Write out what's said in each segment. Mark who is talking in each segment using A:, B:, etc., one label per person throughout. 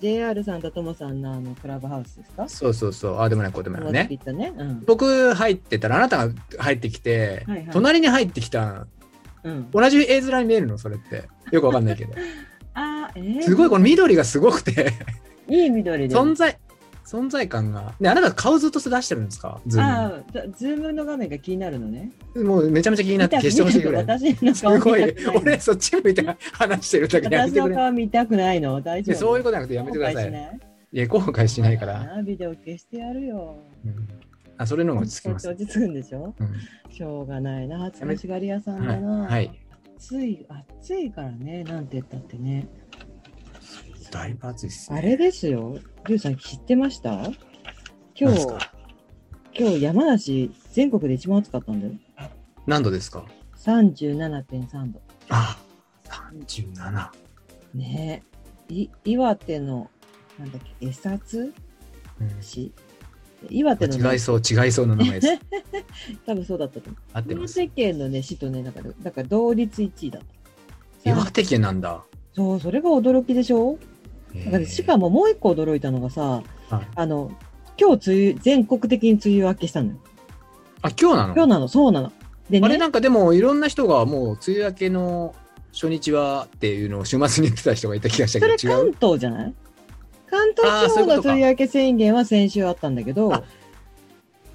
A: JR さんとともさんのあのクラブハウスですか
B: そうそうそう、ああでもない、こうでもないね
A: ピ。ットね。うん。
B: 僕入ってたら、あなたが入ってきて、
A: はいはい
B: 隣に入ってきた、
A: うん、
B: 同じ絵面に見えるの、それって。よくわかんないけ ど。
A: あーえー、
B: すごい、この緑がすごく て、
A: いい緑で。
B: 存在、存在感が。ね、あなた顔ずっと出してるんですかズー
A: あーズズームの画面が気になるのね。
B: ム。もうめちゃめちゃ気になって消してほしいぐらい。
A: 見た見
B: す
A: た私の顔
B: ごい
A: 見たくない。の
B: 俺、そっち向いて話してるだけでやめ
A: 私
B: てく
A: の
B: れ。
A: 顔見たくないの大丈
B: で
A: 夫。
B: そういうことじゃなくてやめてくださ
A: 後悔し
B: い。
A: ない
B: いや、後悔しないから。
A: あービデオ消してやるよ。
B: うんあ、それの方が落ち着きます
A: 落。ち着くんでしょ
B: うん
A: しょうがないな。恥ずかしがり屋さんだな。
B: はいはい。
A: 暑い、暑いからね。なんて言ったってね。
B: だいぶ暑いっす
A: あ
B: ね。
A: れですよ。りゅうさん知ってました今
B: なん
A: 日
B: です、か
A: 今日山梨、全国で一番暑かったんだよ。
B: 何度ですか
A: 37.3度。
B: あ、37。
A: ねえ。い岩手の、なんだっけ、江薩
B: う
A: 市。岩手のね、
B: ん、違いそう、違いそうな名 前です。
A: 多分そうだったと思う。
B: 合ってま
A: 岩
B: す。
A: 手県のね、市とね、だから、だから同率1位だった。
B: 岩手県なんだ。
A: そう、それが驚きでしょ
B: え
A: だ
B: ー
A: からしかももう一個驚いたのがさ、
B: はい
A: あの、今日梅雨、全国的に梅雨明けしたのよ。
B: あ、今日なの
A: 今日なの、そうなの。でね、
B: あれなんかでも、いろんな人がもう、梅雨明けの初日はっていうのを週末に言ってた人がいた気がした
A: それ
B: けど、違
A: 関
B: う。
A: 東じゃない関東地
B: あーそう
A: 方
B: いうこと
A: の
B: か
A: 梅雨明け宣言は先週あったんだけど、
B: あ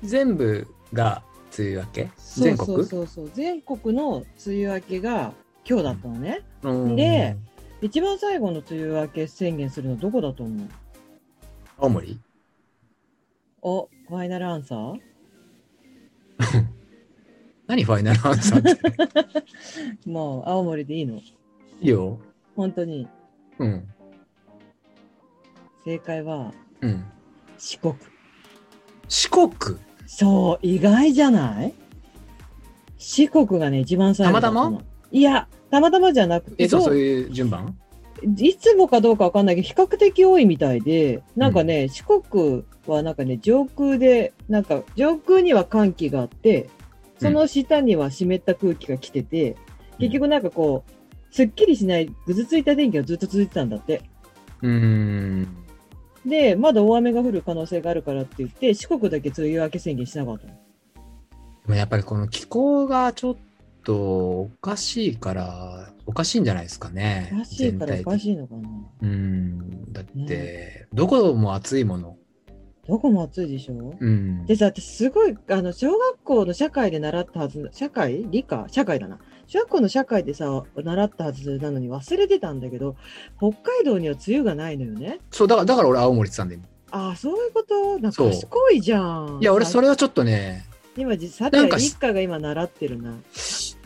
B: 全部が梅雨明け
A: そう
B: 全
A: そう
B: 国
A: そうそう、全国の梅雨明けが今日だったのね。
B: うん
A: で一番最後の梅雨明け宣言するのどこだと思う
B: 青森
A: お、ファイナルアンサー
B: 何ファイナルアンサ ーって。
A: もう青森でいいの
B: いいよ。
A: 本当に。
B: うん。
A: 正解は
B: うん。
A: 四国。
B: 四国
A: そう、意外じゃない四国がね、一番最後だったの。
B: たまた
A: いや、たまたまじゃなくて、
B: いつも
A: ど
B: そう
A: う
B: いう順番
A: いつもかどうかわかんないけど、比較的多いみたいで、なんかね、四国はなんかね、上空で、なんか上空には寒気があって、その下には湿った空気が来てて、結局なんかこう、すっきりしないぐずついた天気がずっと続いてたんだって。
B: うーん。
A: で、まだ大雨が降る可能性があるからって言って、四国だけ梅雨明け宣言しなかったの。
B: でもやっぱりこの気候がちょっとおかしいから、おかしいんじゃないですかね。
A: おかしいからお
B: 全体的
A: かしいのかな。
B: うん。だって、どこも暑いもの。
A: どこも暑いでしょ
B: うん。
A: でさ、私すごい、あの、小学校の社会で習ったはず、社会理科社会だな。小学校の社会でさ、習ったはずなのに忘れてたんだけど、北海道には梅雨がないのよね。
B: そう、だから、だから俺青森って言ってたんだよ。
A: ああ、そういうことなんか
B: そう
A: 賢いじゃん。
B: いや、俺そ
A: れ。
B: れはちょっとね、
A: 今、実
B: な
A: 際、
B: んかし
A: 理科が今習ってるな。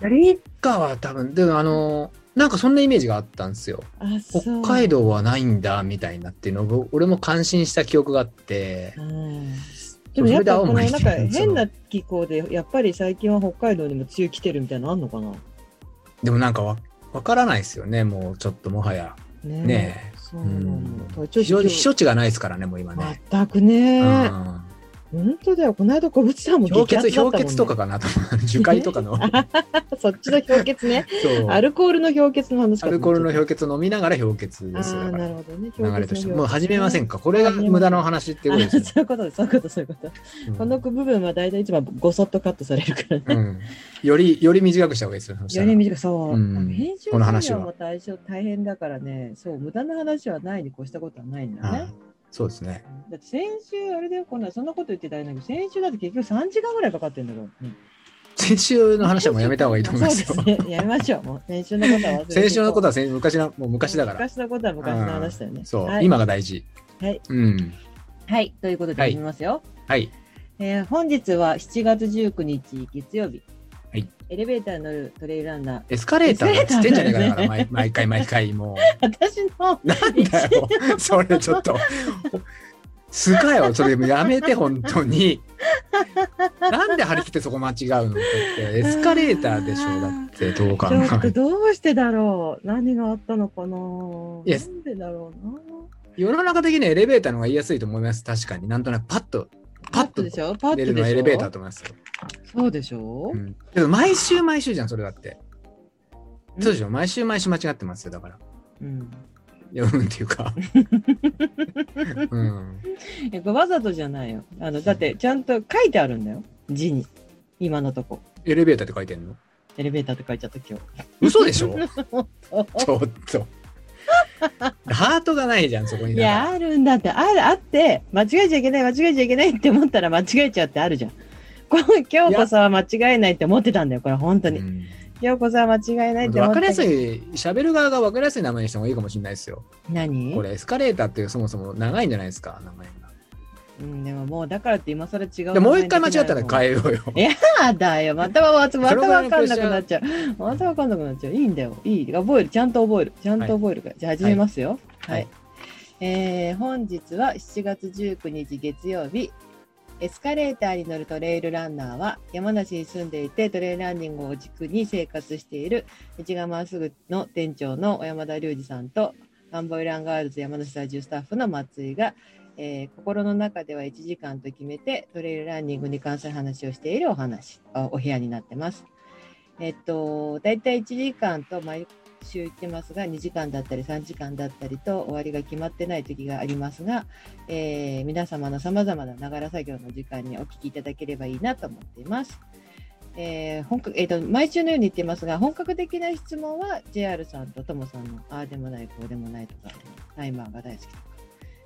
B: 理科は多分、でもあの、なんかそんなイメージがあったんですよ。
A: あ、そう。
B: 北海道はないんだ、みたいなっていうのを、俺も感心した記憶があって、
A: うんでもやっぱこの
B: それ
A: なん
B: で青森
A: か
B: に行く
A: 変な気候でやっぱり最近は北海道にも梅雨来てるみたいなのあんのかな
B: でもなんかわ、わからないですよね、もうちょっともはや。
A: ね
B: ね
A: えそうなの
B: うん
A: 体調
B: 非常に避
A: 不良
B: 暑地がないですからね、もう今ね。
A: 全くね
B: うん
A: 本当だよこの間小渕さんも
B: 氷
A: 激アツ
B: 結、
A: だったもん、ね、
B: 氷結とかかなと思う。樹海とかの。
A: そっちの氷結ね
B: そう。
A: アルコールの氷結の話か
B: ア
A: と思
B: ル
A: っ
B: コールの
A: ちゃっ
B: 氷結飲みながら氷結
A: た
B: ですよ。
A: ああー
B: だか
A: なる
B: ら
A: ほどね
B: 流れとして。も
A: 氷
B: う始
A: 結の
B: めませんか。これが無駄なお話ってこと
A: 氷
B: で
A: 結
B: す
A: あ
B: よ
A: ー。そういうことですそういうことそういうことこの部分は大体いつもごそっとカットされるからね
B: うんうんより、より短くした方がいいですよ。そした
A: 4
B: ら
A: 年短くそう、
B: うん
A: 編集
B: この話
A: 作
B: は
A: 業も対象大変だからねそう無駄な話はないに越したことはないんだよ
B: は
A: ね
B: い、そうですね。
A: だって先週あれだよこんなそんなこと言ってたらあれだけど先週だって結局3時間ぐらいかかってんだから、ね、
B: 先週の話はもうやめた方がいいと思います
A: そう
B: よ。
A: ですねやめましょうもう先週のことは忘れて
B: 先週のこと
A: は
B: は先昔の、もう昔だから。
A: 昔のことは昔の話だよね
B: そ
A: は
B: う。
A: い、
B: 今が大事。
A: はい。
B: うん。
A: はいということで
B: はい
A: 始めますよ、
B: はい。
A: えー本日は7月19日月曜日、
B: はい、
A: エレベーターに乗るトレイルランナー
B: エスカレーターがつってんじゃねえか
A: エスカ
B: だか
A: レー
B: ら、毎毎回毎回もう。
A: 私の
B: なんだよ、それちょっと。すかよ、それやめて、本当に。なんで張り切ってそこ間違うのだってエスカレーターでしょだってどう考
A: ちょっ
B: え
A: と
B: て
A: どうしてだろう何があったのかなない
B: や
A: んでだろうな
B: 世の中的にはエレベーターの方が言いやすいと思います確かになんとなくパッとパッと
A: でしょパッと
B: 出
A: でし
B: る
A: ょ
B: のはエレベーターだと思いますよ、
A: そうでしょ、
B: うん、けど毎週毎週じゃんそれだって
A: うん
B: そうでしょ毎週毎週間違ってますよだから
A: うん
B: いやうんってい うかうん
A: いやこれわざとじゃないよあのだってちゃんと書いてあるんだよ字に今のとこ
B: エレベーターって書いてんの
A: エレベーターって書いちゃった今日
B: 嘘でしょ
A: 当
B: ちょっとハートがないじゃんそこに
A: い
B: だから
A: やあるんだってあるあって間違えちゃいけない間違えちゃいけないって思ったら間違えちゃうってあるじゃんこの今日こそは間違えないって思ってたんだよこれ本当に、
B: うん
A: 今日こそは間違えないって思って
B: 分かりやすい喋る側が分かりやすい名前にした方がいいかもしれないですよ
A: 何
B: これエスカレーターっていうそもそも長いんじゃないですか名前が
A: うん、でももうだからって今更違う
B: でもう一回間違ったら変
A: え
B: えようよ
A: えただよまたわまた分かんなくなっちゃう
B: ラー
A: また分かんなくなっちゃういいんだよいい覚えるちゃんと覚えるちゃんと覚えるから、じゃあ始めますよはい、
B: はい
A: えー本日は7月19日月曜日エスカレーターに乗るトレイルランナーは山梨に住んでいてトレイルランニングを軸に生活している道がまっすぐの店長の小山田隆二さんとランボイランガールズ山梨在住スタッフの松井が、えー心の中では1時間と決めてトレイルランニングに関する話をしているお話あお部屋になってます。えっと大体1時間と毎週言ってますが2時間だったり3時間だったりと終わりが決まってない時がありますが、えー皆様のさまざまなながら作業の時間にお聞きいただければいいなと思っています。えー本格えーと毎週のように言っていますが本格的な質問は JR さんとともさんのああでもないこうでもないとかタイマーが大好きとか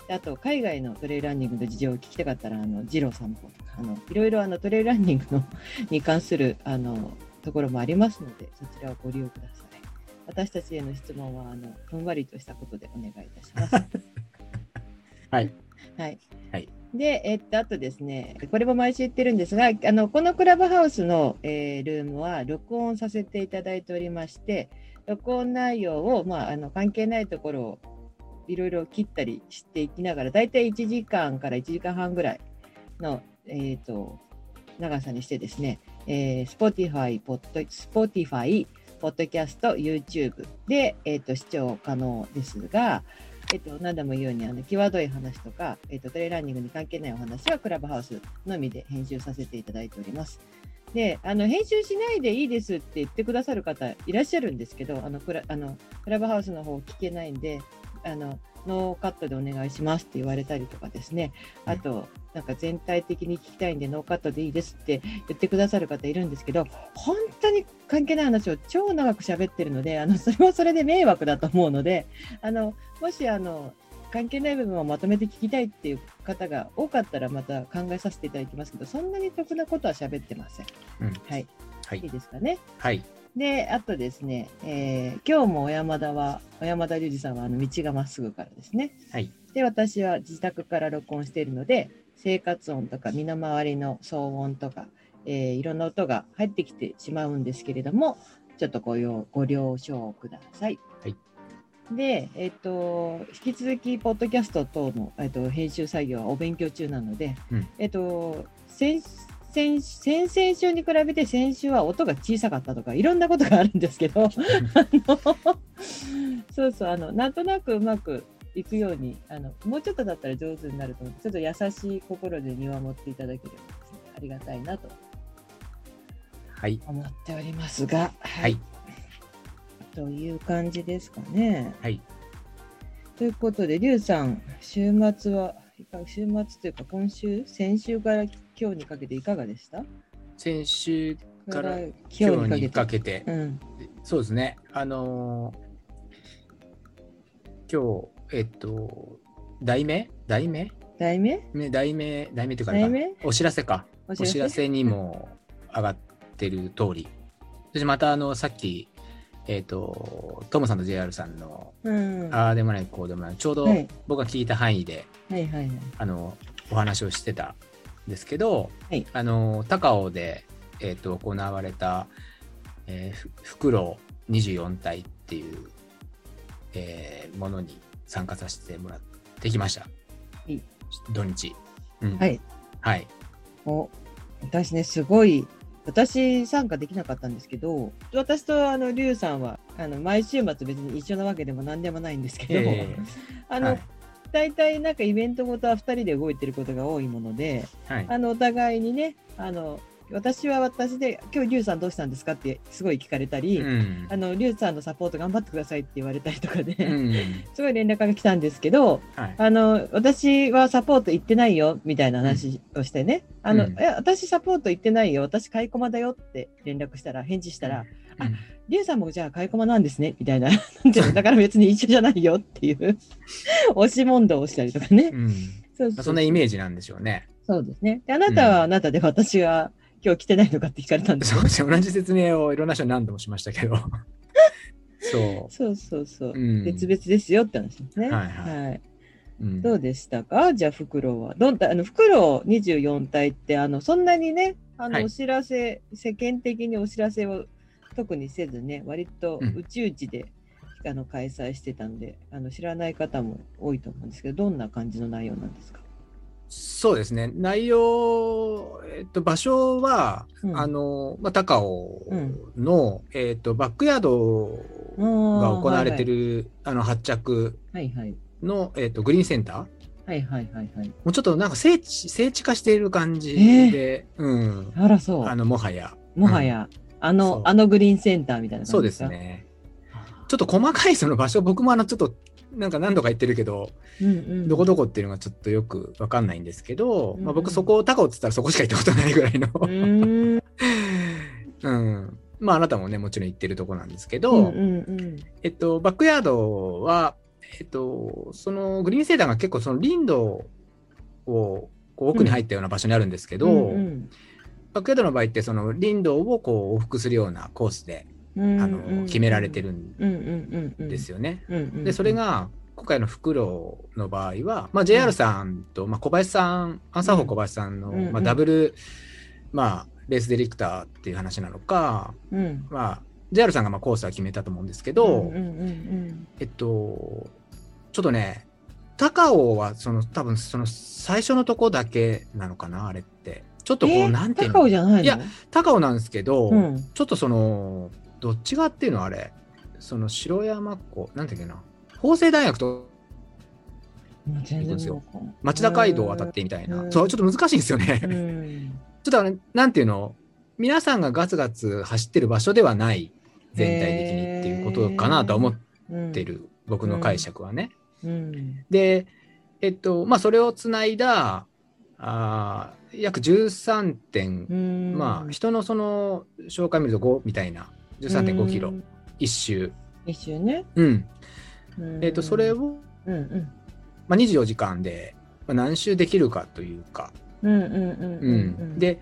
A: であと海外のトレイルランニングの事情を聞きたかったらあの二郎さんの方とかあのいろいろあのトレイルランニングのに関するあのところもありますのでそちらをご利用ください私たちへの質問はあのふんわりとしたことでお願いいたします
B: はい
A: はい
B: はい
A: で、えっと、あとですね、これも毎週言ってるんですが、あのこのクラブハウスの、えールームは録音させていただいておりまして、録音内容を、まあ、あの関係ないところをいろいろ切ったりしていきながら、大体1時間から1時間半ぐらいの、えー、と長さにしてですね、えー Spotify、ポッド Spotify、ポッドキャスト、YouTube で、えー、と視聴可能ですが、えっと、何度も言うようにあの際どい話とか、えっと、トレーランニングに関係ないお話はクラブハウスのみで編集させていただいております。であの編集しないでいいですって言ってくださる方いらっしゃるんですけどあのクラあのクラブハウスの方聞けないんであのノーカットでお願いしますって言われたりとかですねあとなんか全体的に聞きたいんでノーカットでいいですって言ってくださる方いるんですけど本当に関係ない話を超長く喋ってるのであのそれはそれで迷惑だと思うのであのもしあの関係ない部分をまとめて聞きたいっていう方が多かったらまた考えさせていただきますけどそんなに得なことは喋ってません。
B: うん
A: はい、
B: はい
A: い
B: い
A: ですかね。
B: はい
A: であとですね、えー今日も小山田は小山田隆二さんはあの道がまっすぐからですね。
B: はい
A: で私は自宅から録音しているので生活音とか身の回りの騒音とか、えーいろんな音が入ってきてしまうんですけれどもちょっとご用ご了承ください。
B: はい
A: で、えっと引き続きポッドキャスト等の、えっと編集作業はお勉強中なので、
B: うん
A: えっと先先先々週に比べて先週は音が小さかったとかいろんなことがあるんですけど あのそうそうあのなんとなくうまくいくようにあのもうちょっとだったら上手になると思うちょっと優しい心で見守っていただければですねありがたいなと
B: はい
A: 思っておりますが、は
B: はい
A: という感じですかね。
B: はい
A: ということで、りゅうさん、週末はいか週末というか今週、先週から今日にかけていかがでした
B: 先週から
A: 今日
B: 今日に
A: に
B: か
A: かけて。
B: けて
A: うん、
B: そうですね。あのー今日、えっと、題名題名
A: 題名
B: ね、題名、題名というかあれ
A: 題
B: か
A: 名
B: お知らせか。
A: お知
B: お
A: ら
B: 知
A: せ
B: らせにも上がってる通り。そしてまた、あの、さっき、えっと、トムさんと JR さんの、
A: うん、は
B: ああでもない、こうでもない、ちょうど
A: はい
B: 僕が聞いた範囲で、
A: いはいはい。
B: あの、お話をしてたんですけど、
A: はい
B: あの、高尾で、えっと、行われた、えーふフクロウ24体っていう、えーものに参加させてもらってきました。
A: い
B: 土日。うん
A: はい。
B: はい。
A: お私ね、すごい、私参加できなかったんですけど、私とあの、リュウさんは、あの、毎週末別に一緒なわけでも何でもないんですけど、
B: え
A: あの、
B: はい
A: 大体なんかイベントごとは2人で動いてることが多いもので、
B: えはい。
A: あのお互いにねあの私は私で「今日リュウさんどうしたんですか?」ってすごい聞かれたり、
B: うん
A: あの「リュウさんのサポート頑張ってください」って言われたりとかで、
B: うん
A: すごい連絡が来たんですけど
B: はい。
A: あの私はサポート行ってないよみたいな話をしてね「あの
B: うん
A: え私サポート行ってないよ私買い駒だよ」って連絡したら返事したら「あ
B: うん
A: 「リュウさんもじゃあ買い駒なんですね」みたいな 「だから別に一緒じゃないよ」っていう押し問答をしたりとかね。
B: うん
A: そう
B: ま
A: そ
B: あ
A: う
B: そんなイメージなんでしょうね。
A: そうですね。で、あなたはあなたで私が今日来てないのかって聞かれたんです
B: そ
A: よ。
B: うですね同じ説明をいろんな人に何度もしましたけど。そ
A: そうそうそう
B: う。。うん
A: 別々ですよって話ですね。
B: はいはい
A: はい。
B: うん
A: どうでしたかじゃあ、フクロウは。どんたあの、フクロウ24体って、あの、そんなにね、あ
B: は
A: の、
B: い
A: お知らせ、世間的にお知らせを特にせずね、割と
B: うん
A: 宇宙地で、あの、開催してたんで、あの、知らない方も多いと思うんですけど、どんな感じの内容なんですか
B: そうですね。内容、えっと、場所は、
A: うん
B: あの、まあ、高尾の、えっと、バックヤード
A: が
B: が行われて。る、あの、発着
A: はいはい。
B: の、えっと、グリーンセンター。
A: はいはいはいはいはい。
B: もうちょっとなんか聖地、聖地化している感じで、うん。
A: あら、そう。
B: あの、もはや。
A: もはや、あ
B: そ
A: の
B: う、
A: あのグリーンセンターみたいな感
B: そう
A: じで
B: ですす
A: か。
B: ね。ちょっと細かいその場所、僕もあの、ちょっと、なんか何度か言ってるけど、
A: うんうん。
B: どこどこっていうのがちょっとよくわかんないんですけど、
A: うん
B: まあ、僕そこ、高尾っつったらそこしか行ったことないぐらいの。
A: うーん。
B: うん。まあ、あなたもね、もちろん行ってるとこなんですけど、
A: うんうん
B: えっと、バックヤードは、えっと、そのグリーンセーターが結構その林道をこう奥に入ったような場所にあるんですけ
A: う
B: ど、
A: ん。
B: バックヤードの場合ってその林道をこう往復するようなコースで、
A: うん
B: あの決められて。るん
A: うんうんうん。
B: です
A: よ。
B: よね。
A: うんうんうん
B: で、それ、が今回のフクロウの場合は、まあ、JR さんと、まあ、小林さん、アンサーホー小林さんの、
A: うんうん
B: まあ、ダブル、まあ、レースディレクターっていう話なのか、
A: うん。
B: まあ、JR さんがまあコースは決めたと思うんですけど、
A: うんうんうん
B: えっと、ちょっとね、高尾はその多分その最初のとこだけなのかな、あれって。ちょっとこう、
A: えー
B: なんていうの
A: 高尾じゃないの
B: いや、高尾なんですけど、
A: うん。
B: ちょっとその、どっちがっていうのあれ、その城山湖、なんていうっけな、法政大学と
A: もう全
B: 行くん
A: 然
B: ですよ
A: わかんない
B: 町田街道を渡っ。てみたい
A: へ
B: な、
A: ー
B: そう、ちょっと難しいんですよ
A: う
B: ね。ちょ
A: ん。
B: っとあれ、なんていうの、皆さんがガツガツ走ってる場所ではない、全体的にっていうことかなとは思っ
A: うん
B: て。る、僕の解釈はね。
A: うん。
B: で、えっと、まあ、それをつないだ、あー約13点、
A: うん
B: まあ、人のその、紹介見ると5みたいな、13.5キ
A: う
B: ロ
A: ん、。
B: 一周。
A: 一周ね。
B: うん。
A: うん
B: えっと、それ。を、
A: うんうん。
B: まあ、24時間で、まあ、何周できるかというか、
A: うんうんうん
B: う。
A: うんうんん。、
B: で、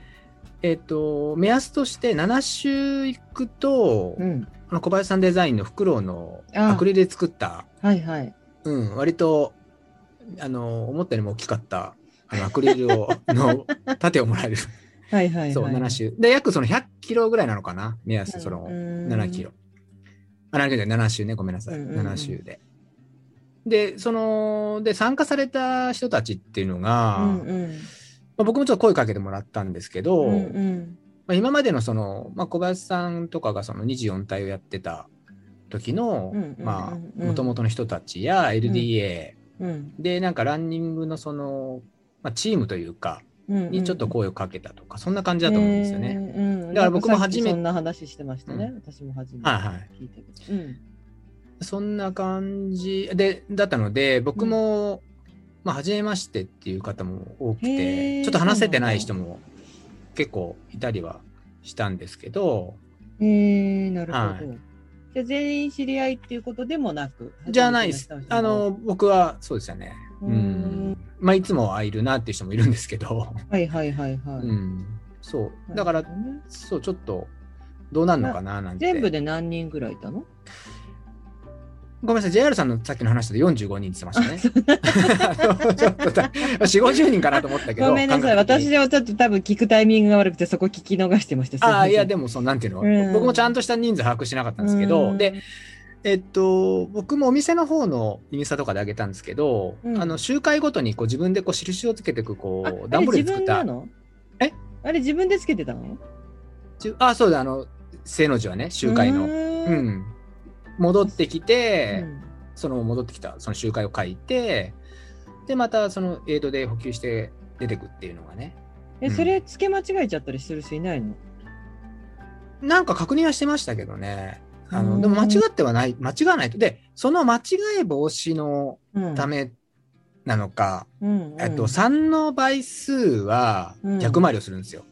B: えっと、目安として7周行くと、
A: うん。
B: あの小林さんデザインのフクロウの
A: あー
B: アクリルで作った、
A: はいはい。
B: うん、割と、あの、思ったよりも大きかった、あの、アクリルを、 の、盾をもらえる。
A: はいはいはい。
B: そう、7周。で、約その100キロぐらいなのかな、目安、その、7
A: 7
B: キロ。。あ、7キロじゃない7周ね、ごめんなさ
A: う
B: い。
A: んうんうん
B: 7周で。で、その、で、参加された人たちっていうのが、
A: うんうん
B: まあ、僕もちょっと声かけてもらったんですけど、
A: うんうん
B: まあ、今までのその、まあ、小林さんとかがその24体をやってた時の、
A: うんうんうん
B: まあ、もともとの人たちや LDA、
A: うん
B: で、なんかランニングのその、まあ、チームというか、
A: うん
B: にちょっと声をかけたとか、そんな感じだと思うんですよね。。
A: えーうん
B: だから僕も初
A: なんかさっき
B: め
A: そんな話してましたね。私も初めて
B: はいはい。
A: 聞いたけど。うん
B: そんな感じで、だったので、僕も、まあ、初めましてっていう方も多く
A: へ
B: て、
A: ー
B: ちょっと話せてない人も結構いたりはしたんですけど、
A: えー、なるほ
B: は
A: ど。じゃあ全員知り合いっていうことでもなく。
B: じゃあないです。あの、僕はそうでしたね。
A: う
B: うんん。まあ、いつもはいるなっていう人もいるんですけど、
A: はいはいはいはい。
B: うん。そ
A: な
B: う。
A: るほどね
B: だから、そう、ちょっと、どうなんのかななんて。
A: 全部で何人ぐらいいたの
B: ごめんなさい、JR さんのさっきの話で45人って言ってましたね。あの ちょっとだ、4、50人かなと思ったけど。
A: ごめんなさい。
B: 感覚的
A: 私
B: に
A: ではちょっと多分聞くタイミングが悪くてそこ聞き逃してました。すません
B: ああ、いや、でも、そう、なんていうの、
A: うん
B: 僕もちゃんとした人数把握してなかったんですけど、で、、えっと、僕もお店の方のインスタとかであげたんですけど、
A: うん
B: あの、集会ごとにこう自分でこう印をつけていく、
A: うんあ
B: こう、
A: あれ
B: 段ボール
A: 自
B: で作
A: 分
B: った
A: な。の
B: え
A: あれ自分でつけてたの
B: ちゅあ、そうだ、あの、正の字はね、集会
A: う
B: の。う
A: ーん。
B: ん。戻ってき
A: う
B: て、
A: ん
B: その戻ってきた、その集会を書いて、で、またそのエイドで補給して出てくっていうのがね。
A: え、それ付け間違えちゃったりする人いないの
B: なんか確認はしてましたけどね。あ
A: うん
B: のでも間違ってはない、間違わないと。で、その間違え防止の
A: うん
B: ためなのか、
A: うんうん
B: えっと、3の倍数は
A: うん
B: 逆回りをするんですよ。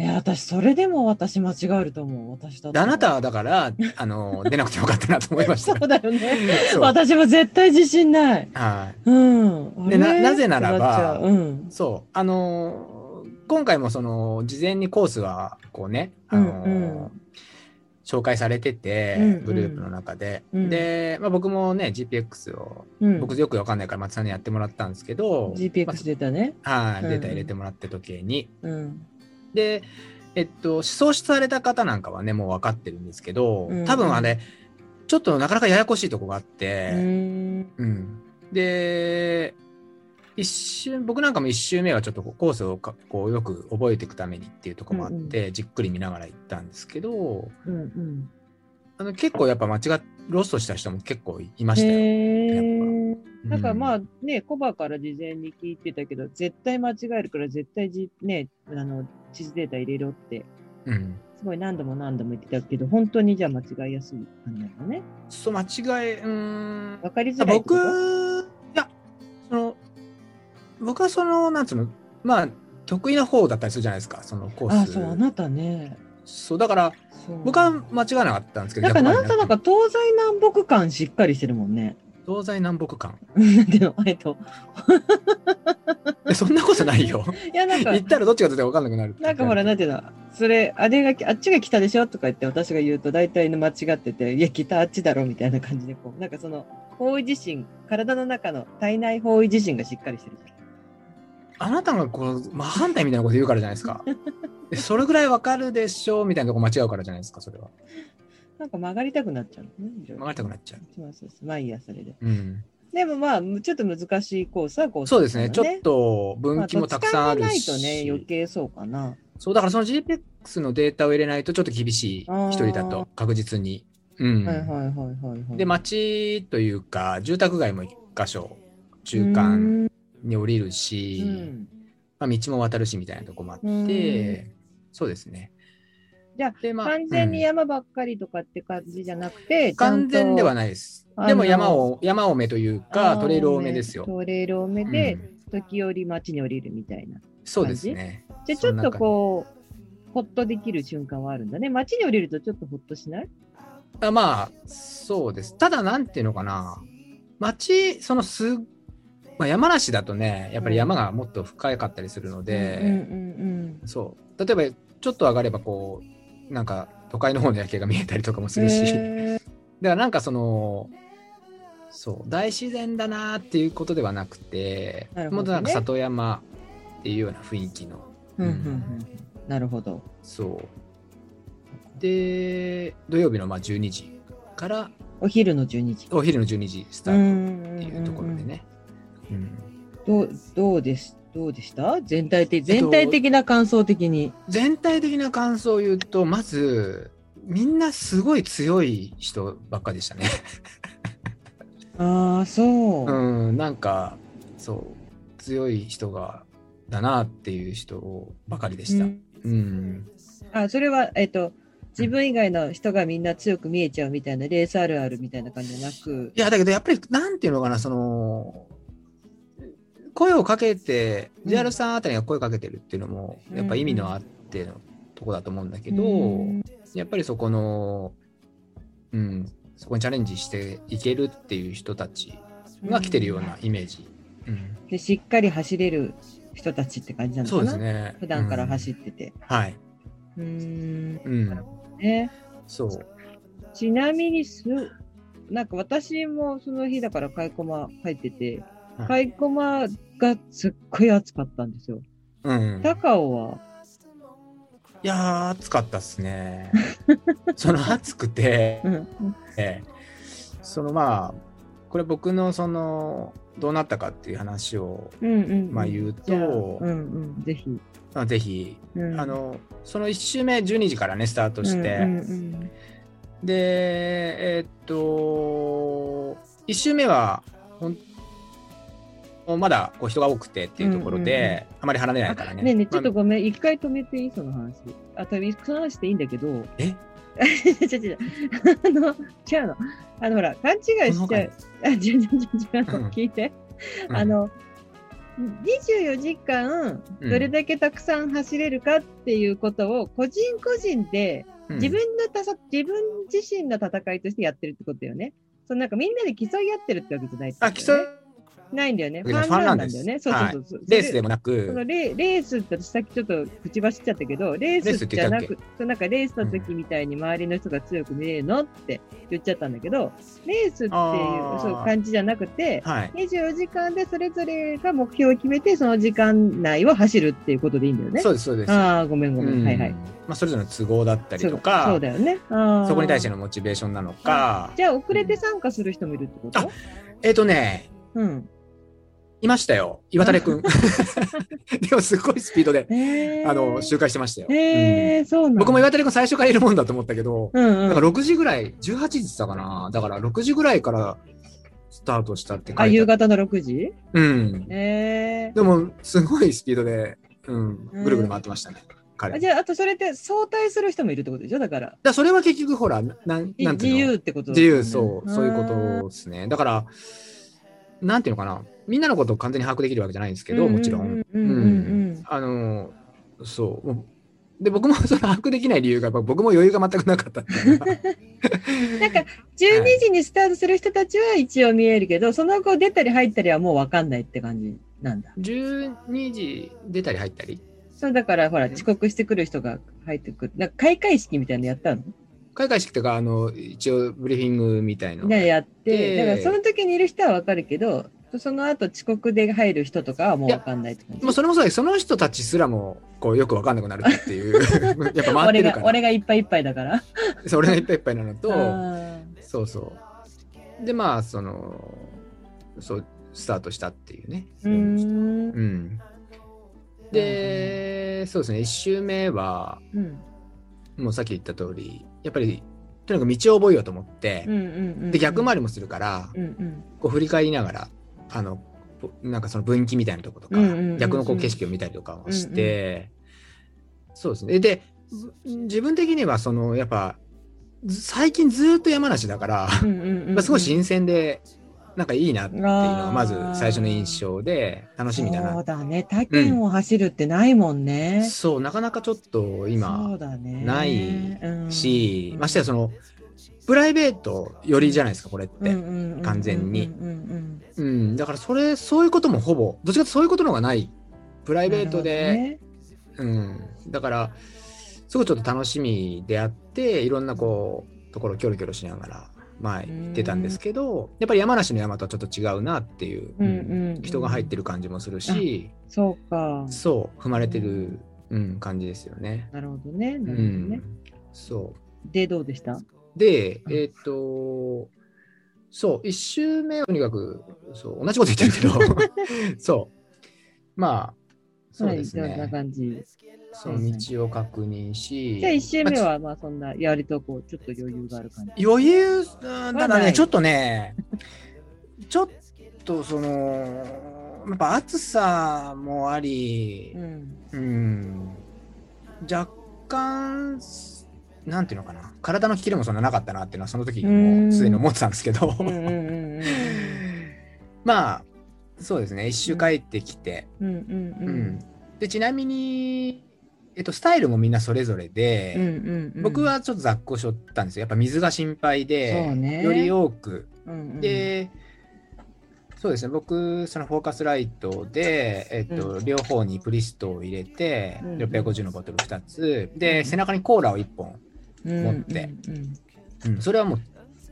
A: え、私、それでも私間違えると思う。私だって
B: であなたはだから、あの、出なくてよかったなと思いまし
A: そ
B: た。
A: うだよね。
B: そう
A: 私も絶対自信ない。
B: はい。
A: うん。あれ
B: でななぜならば
A: ってっちゃううん。
B: そう。あのー今回もその、事前にコースは、こうね、あのー
A: うんうん
B: 紹介されてて、
A: うんうん
B: グループの中で。
A: うん
B: で、まあ、僕もね、GPX を、
A: うん、
B: 僕よくわかんないから松さんにやってもらったんですけど、ま
A: GPX 出たね。
B: あはい、
A: うん
B: データ入れてもらって時計に。
A: うん。
B: で、えっと、創出された方なんかはね、もう分かってるんですけど
A: うん、
B: 多分あれ、ちょっとなかなかややこしいとこがあっ
A: う
B: て、
A: ーん。
B: うん、で一瞬僕なんかも1周目はちょっとこうコースをかこうよく覚えていくためにっていうところもあって、じっくり見ながら行ったんですけど
A: うん。
B: あの結構やっぱ間違っロストした人も結構いま
A: うん。
B: したよ。
A: へー。
B: う
A: なんかま
B: あ
A: あね、コバから事前に聞いてたけど、絶対間違えるから、絶対じ、ね、あの、地図データ入れろって、
B: うん
A: すごい何度も何度も言ってたけど、本当にじゃあ間違いやすいなんだろうね。
B: そう間違えうーん
A: わかりづ
B: あ
A: らいってこ
B: 僕い
A: と。
B: やその僕はそのなんつうのまあ得意な方だったりするじゃないですかそのコース
A: あ、そう、あなたね。
B: そうだから
A: そう
B: 僕は間違えなかったんですけど
A: なんか
B: 逆
A: なん
B: 回り
A: と
B: に
A: な
B: って
A: く東西南北感しっかりしてるもんね。
B: 東西南北間
A: なんていうのえっと、
B: えそんなことないよ。
A: いやなんか
B: 行、ったらどっちがどっちか分かんなくなる。
A: なんかほら、なんていうのそれ、あれが、あっちが北でしょとか言って、私が言うと大体の間違ってて、いや、北あっちだろみたいな感じで、こう、なんかその、方位自身、体の中の体内方位自身がしっかりしてるじ
B: あなたがこう、真反対みたいなこと言うからじゃないです か。えそれぐらい分かるでしょうみたいなとこ間違うからじゃないですか、それは。
A: ゃん。なんか曲がりたくなっちゃうのね。
B: 曲がりたくなっちゃう。
A: そうそうそう毎夜それで。
B: うん。
A: でもまあ、ちょっと難しいコースはコース
B: そうですね。ちょっ
A: と
B: と分岐もたくさんあるし。
A: まあ、土地勘がないとね、余計そうかな。
B: そう、だからその GPX のデータを入れないとちょっと厳しい、一人だと確実に。うん。
A: はいはいはいはい、はい。
B: で、街というか、住宅街も一箇所、中間に降りるし、
A: うん
B: まあ、道も渡るしみたいなとこもあって、
A: うん
B: そうですね。
A: じゃあ
B: でま
A: 完全に
B: うん
A: 山ばっかりとかって感じじゃなくて、ちゃん
B: 完
A: と
B: 全ではないです。でも
A: あの
B: 山を山多めというか
A: あー
B: トレイル多めですよ。
A: トレイル多め
B: う
A: で、
B: ん
A: 時折街に降りるみたいな。
B: そうですね。
A: じゃあち
B: そ
A: ょ
B: ん
A: っ
B: な
A: とこう、ほっとできる瞬間はあるんだね。街に降りるとちょっとほっとしない
B: あまあそうです。ただなんていうのかな町そのす、まあ、山梨だとねやっぱり山がもっと深かったりするので、
A: うんうん
B: そう例えばちょっと上がればこうなんか都会の方の夜景が見えたりとかもす
A: うん。
B: るし、
A: へー
B: だからなんかそのそう大自然だなーっていうことではなくて
A: なるほどね
B: もっとなんか里山っていうような雰囲気の。
A: うんうんうんなるほど。
B: そう。で、土曜日のまあ12時から、
A: お昼の12時。
B: お昼の12時スタートっていうところでね。うん
A: うんうんうん。どうどうですどうでした全体的全体的な感想的に。
B: 全体的な感想を言うと、まず、みんなすごい強い人ばっかでしたね。
A: ああそう。
B: うん、なんか、そう、強い人が、だなっていう人ばかりでした。
A: う
B: うんん。
A: あ、それは、えっと、自分以外の人がみんな強く見えちゃうみたいな、レースあるあるみたいな感じじゃなく、
B: いや、だけどやっぱり、なんていうのかな、その、声をかけて、
A: うん
B: JR さんあたりが声かけてるっていうのも、やっぱ意味のあってのとこだと思うんだけど、
A: うん
B: やっぱりそこの、うん、そこにチャレンジしていけるっていう人たちが来てるようなイメージ。うん
A: で、しっかり走れる人たちって感じなのか
B: そ
A: な
B: うですね。
A: 普段から走
B: っ、
A: っててて。
B: はい。
A: うーん、
B: うん。
A: ね。
B: そう。
A: ちなみにす、なんか私もその日だから買い駒入ってて、
B: はい
A: 買い駒がすっごい暑かったんですよ。
B: うん。
A: 高尾は、
B: いやー、暑かったっ すね。その暑くて
A: う、ん、
B: ええそのまあこれ僕のそのどうなったかっていう話を、
A: うんうん
B: まあ、言う
A: じゃあ
B: と、
A: うんうん、ぜひ。
B: まあぜひ、
A: うん
B: あのその1週目12時からねスタートして、
A: うんうん
B: でえーっと1週目はほんまだこう人が多くてっていうとこ
A: う
B: ろ
A: んうん
B: で、あまり離れないからね。
A: ねえねえ、ちょっと
B: ま
A: ごめん、一回止めていいその話。あ、多分その話でいいんだけど。
B: え
A: 違 う違う違う。あの、違うの。あの、ほら、勘違い
B: あ
A: し
B: この
A: ちゃう。 あ、違う違う違う違う
B: うん
A: 聞いて。
B: 他に
A: あの、24時間、
B: うん
A: どれだけたくさん走れるかっていうことを、個人個人で、
B: うん
A: 自分のたさ、自分自身の戦いとしてやってるってことだよね。そのなんかみんなで競い合ってるってわけじゃないってこ
B: あ
A: と
B: 基
A: だ
B: 礎
A: よね、ないんだよね。
B: い
A: フ
B: や
A: ァンランなんだよね。
B: フ
A: そう
B: ァン
A: そう
B: ランです
A: そうそう。
B: レースでもな
A: そ
B: く
A: のレレースって私さっきちょっと口走っちゃったけど、レースじゃな
B: レースって言
A: く、そうなんかレースの時みたいに周りの人が強く見えるのって言っちゃったんだけど、レースっていう
B: あー
A: そう感じじゃなくて、
B: はい
A: 24時間でそれぞれが目標を決めて、その時間内を走るっていうことでいいんだよね。
B: そうですそうです。
A: ああ、ごめんごめん。
B: うん
A: はいはい。
B: まあ、それぞれの都合だったり
A: そう
B: とか
A: そうだよね。あー
B: そこに対してのモチベーションなのか
A: じゃあ、遅れて参加する人もいるってこと、
B: あえっ、とね
A: うん。
B: いましたよ岩垂くん でもすごいスピードで
A: へー
B: あの周回してましたよ、
A: へーそうな
B: うんん
A: だ
B: 僕も岩垂くん最初からいるもんだと思ったけど、
A: うん
B: な
A: うん
B: か
A: ん。
B: 6時ぐらい18時って言ってたかなだから6時ぐらいからスタートしたって書
A: あ、
B: い
A: 夕
B: てある
A: 方の6時
B: うん
A: え
B: でもすごいスピードで、うん、ぐるぐる回ってましたね、彼
A: え。じゃあ、あとそれって相対する人もいるってことでしょだから。
B: だからそれは結局ほら、なん
A: い
B: なん
A: 自
B: ていうの
A: 由ってこと
B: 自由、そう、そういうこ
A: で
B: とですね。だから、なんていうのかな、みんなのことを完全に把握できるわけじゃないんですけど、もちろん。。
A: うんうんうんうん
B: あの、そう。もうで、僕も その把握できない理由が、やっぱ僕も余裕が全くなかったっていう の
A: う
B: が
A: んなんか、12時にスタートする人たちは一応見えるけど、その後出たり入ったりはもう分かんないって感じなんだ。
B: 12時出たり入ったり
A: そうだから、ほら、遅刻してくる人が入ってくる。なんか、開会式みたいなのやったの
B: 開会式とか、あの、一応ブリーフィングみたいの。
A: ね、やって、
B: で
A: だからその時にいる人は分かるけど、その後遅刻で入る人とかはもう分かんないって感じ
B: もう。それもそうだけどその人たちすらも、こう、よくわかんなくなるって いう。やっぱ回っ
A: 俺
B: てるか
A: が、
B: ら。
A: 俺がいっぱいいっぱいだから。
B: そう俺がいっぱいいっぱいなのと、
A: うん
B: そうそう。で、まあ、その、そう、スタートしたっていうね。
A: うーん。
B: うんで、そうですね、1周目は、
A: うん。
B: もうさっき言った通り、やっぱり、とにかく道を覚えようと思って
A: うんう、んうん。
B: で、逆回りもするから、
A: うんうん。
B: こう振り返りながら、あの、ぽなんかその分岐みたいなとことか
A: うんうんうんう、ん
B: 逆のこう景色を見たりとかをして、そうですね。で、自分的には、その、やっぱ、ず最近ずーっと山梨だから、
A: うんうんうんう
B: まあ、
A: ん
B: すごい新鮮で、なんかいいなっていうのがまず最初の印象で、楽しみだ
A: そ
B: な
A: う。だね。他県を走るってないもんね。
B: そう、なかなかちょっと
A: そう
B: 今、
A: だね
B: ない
A: うん
B: し、
A: うん
B: ましてやその、プライベートよりじゃないですか、これっ
A: うん
B: て。
A: うんうん
B: 完全に
A: うんうん
B: うん、だからそれ、そういうこともほぼ、どっちかというとそういうことの方がない。プラ
A: プ
B: イベートで、うん。だから、すごいちょっと楽しみであって、いろんなこう、ところをキョロキョロしながら、まあ、行ってたんですけど、やっぱり山梨の山とはちょっと違うなっていう、
A: うんうんうん
B: 人が入ってる感じもするし、
A: そうか。
B: そう、踏まれてる、うん、感じですよね。
A: なるほどね。
B: う
A: なるほどね
B: ん。そ
A: で、どうでした
B: う。で、
A: うん
B: えっ、と、そう、一周目はとにかく、そう、同じこと言ってる けど、そう、まあ、そうです
A: はい、そんな
B: ね。
A: 感じ。
B: その道を確認し。
A: じゃあ、1周目
B: まあ
A: は、まあ、そんな、やりとこう、ちょっと余裕がある感じ。
B: ち余裕、うんただ
A: はな
B: ね、
A: い
B: ちょっとね、ちょっとその、やっぱ暑さもあり、
A: うん。
B: うん若干なんていうのかな体の切れもそんななかったなっていうのはその時
A: う
B: も
A: ん
B: うすでに思ってたんですけど、
A: うんうんうん
B: まあそうですね一周帰ってきて、
A: うん。うんうん
B: うん
A: うん。
B: でちなみに、えっと、スタイルもみんなそれぞれで、
A: うんうんうん
B: 僕、はちょっと雑魚しょったんですよやっぱ水が心配
A: そう
B: で、
A: ね。
B: より多く
A: うんうん、
B: で、そうですね、僕、そのフォーカスライトで、えっと、
A: う
B: 両方にプリストを入れて、
A: うん
B: 650のボトル2つ、
A: う
B: で、
A: ん
B: 背中にコーラを1本、持って
A: うんうんうん
B: うんそれはもう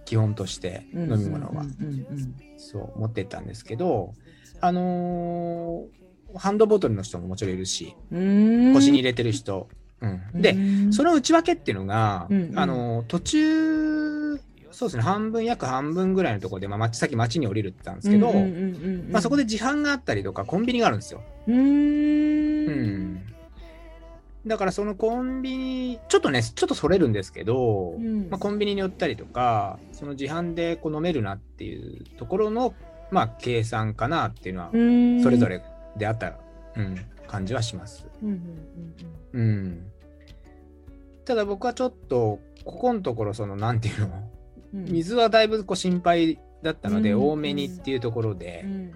B: 基本として、
A: うん
B: 飲み物は
A: うん、うん
B: そう、持ってったんですけど、あのーハンドボトルの人ももちろんいるし、
A: うん、
B: 腰に入
A: れ
B: れてる人、うん。で、
A: うん、
B: その内訳っていうのが、
A: うんうん
B: あのー途中、そうですね、半分、約半分ぐらいのところで、まあ、町さっき町に降りるって言ったんですけど、まあ、そこ
A: で、
B: で自販があったりとか、コンビニがあるんですよ。
A: う
B: う
A: ーん。
B: ん。だからそのコンビニ、ちょっとね、ちょっとそれるんですけど、
A: うん
B: まあ、コンビニに寄ったりとか、その自販でこう飲めるなっていうところの、まあ、計算かなっていうのは、
A: うん
B: それぞ。れであった、うん、感じはします。
A: うんうん
B: うん。ただ僕はちょっと、ここのところ、その、なんていうの、
A: うんうん。
B: 水はだいぶこう心配だったので、
A: うん
B: 多めにっていうところで、
A: うんうんうん
B: う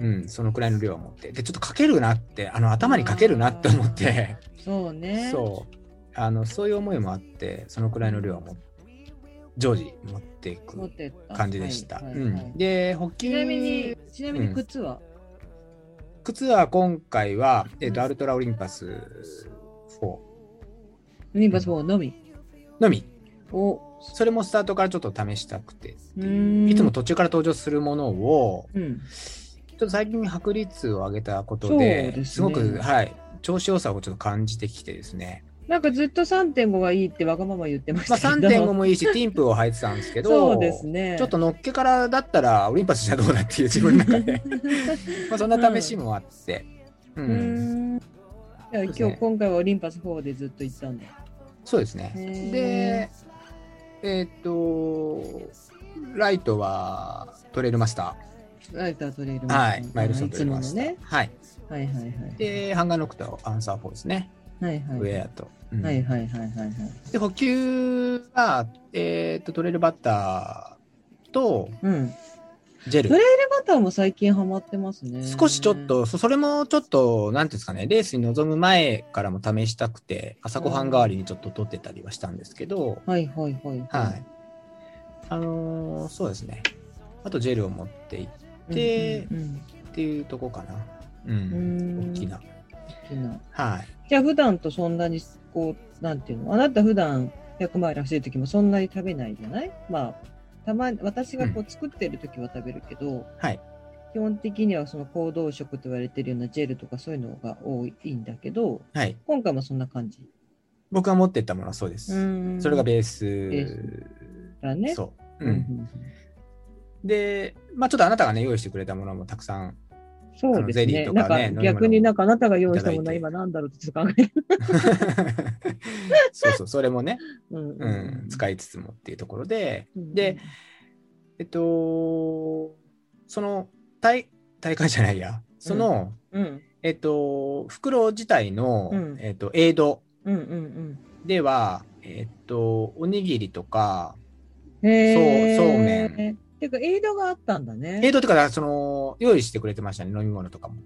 A: うん。
B: ん、そのくらいの量を持って。で、ちょっとかけるなって、あの、頭にかけるなって思って、
A: そうね。
B: そう。あの、そういう思いもあって、そのくらいの量をも常時持ってい
A: 持っ
B: く
A: てった
B: 感じでした。
A: はいは
B: う
A: いはい
B: んで、補給
A: ちなみに、ちなみに靴は、
B: 靴は今回は、えっ、
A: う
B: と、
A: ん
B: アルトラオリンパス4
A: ユニバース4のみ。
B: のみ。
A: を、
B: それもスタートからちょっと試したくてって
A: う
B: い
A: ん
B: う。いつも途中から登場するものを、
A: うん。
B: ちょっと最近薄利率を上げたこと
A: そう
B: で、
A: ですね
B: すごく、はい、調子良さをちょっと感じてきてですね。
A: なんかずっと3.5がいいってわがまま言 ってまし
B: まあ、
A: たけど。
B: 3.5もいいし、ティンプを履いてたんですけど、
A: そうですね。
B: ちょっとのっけからだったらオリンパスじゃどうだっていう自分の中 でまあそんな試しもあって、うん
A: うーん。じゃあ
B: そうです
A: 今日
B: ね
A: 今回はオリンパス4でずっと行ったんだ。
B: そうですね
A: へー
B: でえーっとライトはトレイルマスタ
A: ライタートレイル
B: ーはいマイル
A: ス
B: ス
A: い
B: トトレ
A: つ
B: イル
A: も
B: マ
A: の
B: スター、
A: ね。
B: はい
A: はいはいはい。
B: でハンガーノックとアンサー4ですね、
A: はいはい。
B: ウェアと、うん
A: はいはいはいはいはい。
B: で補給はえーっとトレイルバッターと
A: うん。
B: ジェ
A: トレ
B: ル
A: イルバターも最近ハマってますね。
B: 少しちょっと、そそれもちょっと、なんていうんですかね、レースに臨む前からも試したくて、朝ごはん代わりにちょっと撮ってたりはしたんですけど、
A: はいはいはい。
B: はい。あのーそうですね。あとジェルを持っていっ
A: い
B: で
A: うんうん
B: ていうとこかな。う
A: うーん
B: ん。大きな。
A: うん好きな
B: はい。
A: じゃあ普段とそんなにこうなんていうのあなた普段100マイル走る時もそんなに食べないじゃないまあたまに私がこう作ってる時は食べるけど、
B: はい。
A: 基本的にはその行動食と言われてるようなジェルとかそういうのが多いんだけど
B: はい。
A: 今回もそんな感じ。
B: 僕が持ってったものはそうです。それが
A: ー
B: ベース。
A: ーだね。
B: そう。
A: うん
B: う。
A: うんん
B: で、まあちょっとあなたがね、用意してくれたものもたくさ ん。
A: そうです
B: あのゼリ
A: ね。
B: ーと
A: な
B: か
A: んか
B: ね飲み物
A: 逆になんかあなたが用意したも
B: い
A: の
B: ただ
A: はい
B: て
A: 今なんだろうってちょっと考える。
B: そうそう、それもね、
A: うんう
B: うん、使いつつもっていうところで、
A: うん
B: で、えっと、その大大会じゃないや、その、
A: うん
B: えっと、袋自体の、
A: うん
B: えっと、エイド
A: うんうん
B: では、えっと、おにぎりとか、
A: うん。へー
B: そうそうめん。
A: てか、エイドがあったんだね。
B: エイドってか、その、用意してくれてましたね、飲み物とかも。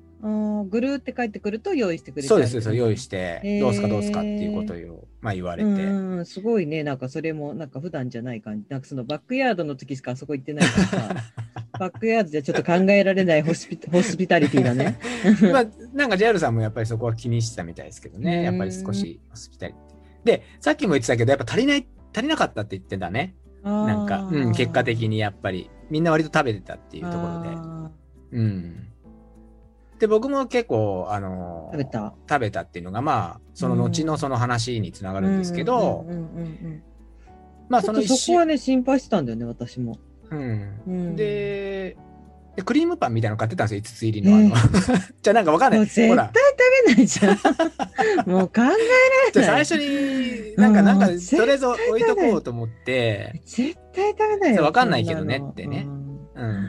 A: あーぐるーって帰ってくると用意してくれて
B: そうです、そう用意
A: し
B: して
A: へ、ー
B: どうすかどうすかっていうことを、まあ言われて。
A: うんうん、すごいね、なんかそれも、なんか普段じゃない感じ。なんかそのバックヤードの時しかあそこ行ってないから さ、バックヤードじゃちょっと考えられないホスピホスピタリティだね。
B: まあ、なんか JR さんもやっぱりそこは気にしてたみたいですけど
A: うん
B: ね、やっぱり少しホスピタリティで、さっきも言ってたけど、やっぱ足りない、足りなかったって言ってたね。 なんか、うん、結果的にやっぱり、みんな割と食べてたって
A: に
B: いうところで。うん。で、僕も結構、あの
A: 食
B: ー
A: べた。
B: 食べたっていうのが、まあ、その後のその話につながるんですけど
A: うん、うんうんうん
B: まあ、
A: ち
B: そ
A: ょっ
B: の
A: と
B: 一
A: そこは
B: 瞬、
A: ね、心配してたんだよね、私も。
B: うん。
A: うん、
B: で、でクリームパンみたいなの買ってたんですよ、5つ入りの。あの じゃあなんかわかん
A: も
B: な
A: う
B: い。
A: 絶対
B: ほら
A: 食、べないじゃん。もう考えら
B: じゃ
A: れ
B: あ最
A: ない。
B: 初になんか、
A: うん
B: なんか、
A: 絶対
B: それぞ置いとこうと思って、
A: 絶対食べない
B: そ
A: よ。
B: うわかんないけどね
A: そんの
B: ってね
A: うん
B: うん。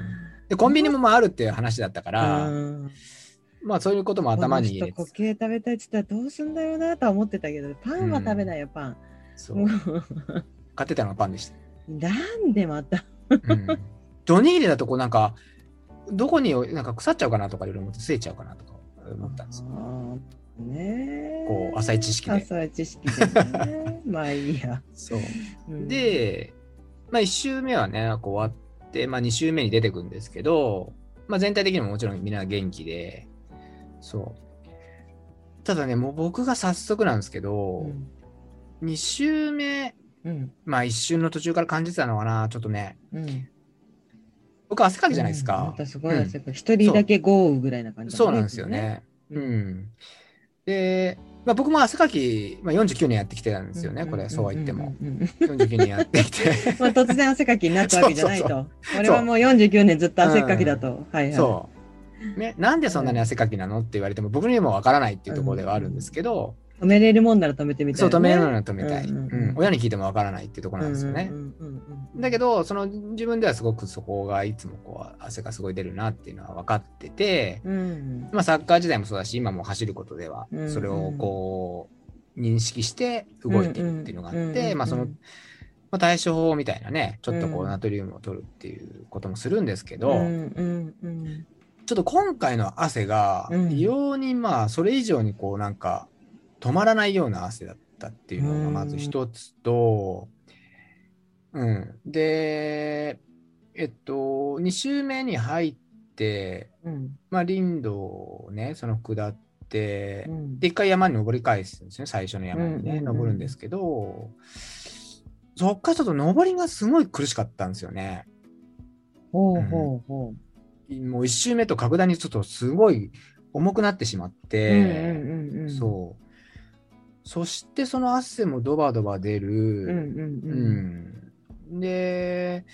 B: で、コンビニもまああるっていう話だったから、
A: うん
B: まあそういうことも頭に入
A: こ
B: れ
A: の人固
B: て。
A: 形食べたいって言ったらどうすんだろうなとは思ってたけどパンは食べないよ、パン
B: そ
A: も
B: う。
A: う
B: 買ってたのがパンでした。
A: なんでまた
B: うんおにぎりだとこうなんかどこになんか腐っちゃうかなとかいろいろ思って吸えちゃうかなとか思ったんですよ。
A: あーねえ
B: こう浅い知識で
A: 浅い知識でねまあいいや、
B: そう
A: うん
B: で、まあ、1周目はねこう終わって、まあ、2周目に出てくるんですけど、まあ、全体的にももちろんみんな元気でそうただねもう僕が早速なんですけ
A: う
B: ど、
A: ん
B: 2周目
A: うん
B: まあ一瞬の途中から感じてたのかなちょっとね
A: うん
B: 僕汗かきじゃないです
A: うん
B: か
A: ま。たすごい汗かき一人だけ豪雨ぐらいな感じだね、
B: そうなんですよね。うん、で、まあ、僕も汗かき、まあ、49年やってきてたんですよね、これ、そうは言っても。。49年やってき て。
A: まあ、突然汗かきになったわけじゃないと。
B: そう
A: 俺はもう49年ずっと汗っかきだと。はいはい。
B: そう。ね、なんでそんなに汗かきなのって言われても、僕にもわからないっていうところではあるんですけど、
A: 止めれるもんなら止めてみたい
B: そう、
A: な、
B: 止めるのは止めたい。
A: うんうんうん
B: うん親に聞いてもわからないっていうところなんですよね。
A: うんうんうん
B: だけど、その自分ではすごくそこがいつもこう汗がすごい出るなっていうのは分かってて、
A: うん
B: まあ、サッカー時代もそうだし今も走ることでは
A: うんうん
B: それをこう認識して動いてるっていうのがあって、
A: うんうん
B: まあ、その、
A: うん
B: まあ、対処法みたいなねちょっとこ
A: う
B: うんナトリウムを取るっていうこともするんですけど、
A: うんうんうん
B: ちょっと今回の汗が
A: うん
B: 異様にまあそれ以上にこうなんか止まらないような汗だったっていうのがまず一つと、うん、でえっと2週目に入って
A: うん
B: まあ、林道をね、その下って
A: う、ん
B: で、一回山に登り返すんですね、最初の山に
A: うんうん
B: ね、
A: うん
B: 登るんですけど、そっからちょっと登りがすごい苦しかったんですよね。
A: ほうほうほう。
B: もう一周目と格段にちょっとすごい重くなってしまって、
A: そ
B: そう。そしてその汗もドバドバ出
A: うんうん
B: る、
A: う
B: うんん。で、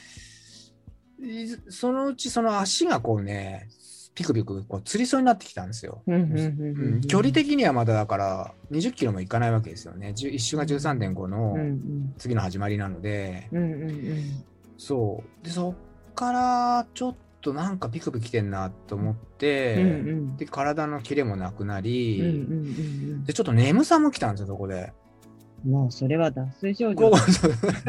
B: いそのうちその足がこうね、ピクピクこうつりそうになってきたんですよ。
A: うんうんうんうん
B: う
A: うんん
B: 距離的にはまだだから20キロもいかないわけですよね。10 1周が13.5
A: うんう
B: の
A: ん
B: 次の始まりなので、
A: うんうんうん
B: そう。で、そっからちょっとなんかピクピクきてんなと思って、
A: うんうん
B: で、体のキレもなくなり、
A: うんうんうん
B: で、ちょっと眠さも来たんですよ、そこで。
A: うんもうそれは脱水症
B: 午
A: 状
B: 後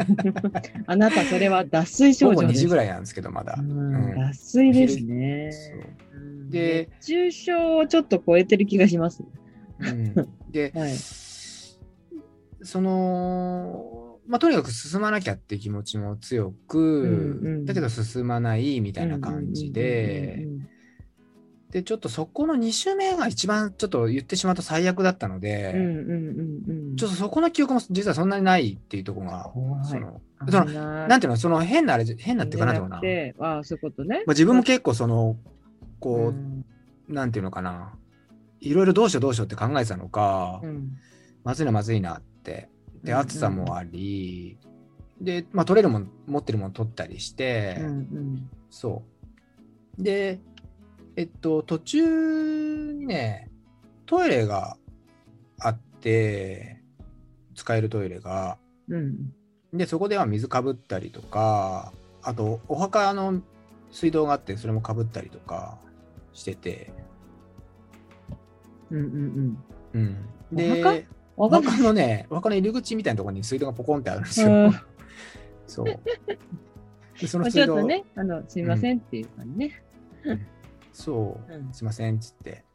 A: あなたそれは脱水症
B: 午後
A: 状
B: 2
A: です
B: 時ぐらいなんですけど、まだ。
A: うん
B: うん
A: 脱水ですね
B: そう
A: うん
B: で
A: 熱中症をちょっと超えてる気がします
B: うんで、
A: はい
B: その、まあ、とにかく進まなきゃって気持ちも強く、
A: うんうん
B: だけど進まないみたいな感じで、で、ちょっとそこの2周目が一番ちょっと言ってしまうと最悪だったので、
A: うんうんうんうんうん
B: ちょっとそこの記憶も実はそんなにないっていうところが、
A: 怖い
B: その、
A: と
B: その
A: の
B: なんていうの、その変なあれ、変なっていうかなんていうのかな。
A: でああそういうことね
B: まあ、自分も結構その、こ
A: うん
B: う、なんていうのかな、いろいろどうしようどうしようって考えてたのか、
A: うん
B: まずいなまずいなって。で、
A: うんうん
B: 暑さもあり、で、まあ、取れるもん、持ってるもん取ったりして、
A: うんうん
B: そう。で、えっと、途中にね、トイレがあって、使えるトイレが。
A: うん
B: で、そこでは水かぶったりとか、あと、お墓の水道があって、それもかぶったりとかしてて、
A: うんうんうん
B: うん。
A: お墓
B: で、お
A: わかんない
B: 墓のね、お墓の入り口みたいなところに水道がポコンってあるんです
A: う
B: よ
A: ん。
B: そう。で、そ
A: ま
B: の
A: あちょ
B: 水
A: っと
B: 道、
A: ね、あの、すいませんっていう感じね。
B: そう、
A: うん
B: すいませんっつって。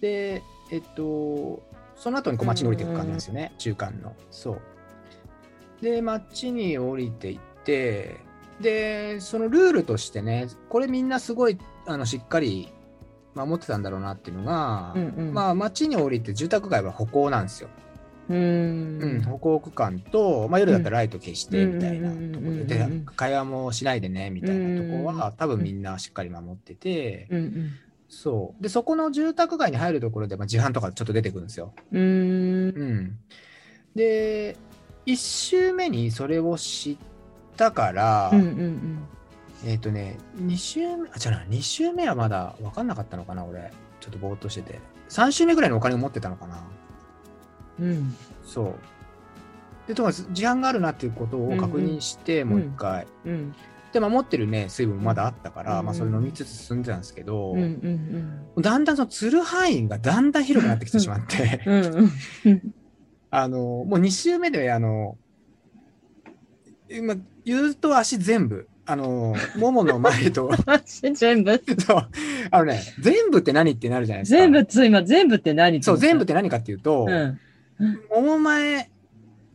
B: で、えっと、その後にこう街に降りていく感じなんですよね、中間の。そう。で、街に降りていって、で、そのルールとしてね、これみんなすごいあのしっかり守ってたんだろうなっていうのが、
A: あ、
B: まあ街に降りて住宅街は歩行なんですよ。
A: う
B: うん、
A: ん。
B: 歩行区間と、まあ、夜だったらライト消してみたいな
A: うんうん
B: とこ
A: うんうんう
B: ろ
A: ん
B: でで会話もしないでねみたいなとこ
A: うんうんう
B: は
A: ん
B: 多分みんなしっかり守ってて
A: うんうん
B: そうでそこの住宅街に入るところで、まあ、自販とかちょっと出てくるんですよ。
A: うん。
B: うん、で1周目にそれを知ったから、
A: うんうん
B: えっ、とね2周目あ違うな2周目はまだ分かんなかったのかな俺ちょっとぼーっとしてて3周目ぐらいのお金を持ってたのかな。
A: うん。うん。
B: そう。で、とにかく時間があるなっていうことを確認して、
A: んうん
B: もう一回。
A: うん。
B: で、守ってるね、水分もまだあったから、
A: うん
B: まあ、それ飲みつつ進んでたんですけど、
A: うんうん
B: だんだんそのつる範囲がだんだん広くなってきてしまって、
A: うん。うんうん。
B: あの、もう2周目で、あの、今、言うと足全部、あの、ももの前と、
A: 全部
B: そうあのね、全部って何ってなるじゃないですか。
A: 全部ついま、全部って何
B: そう、全部って何かっていうと、
A: うん。
B: もも前、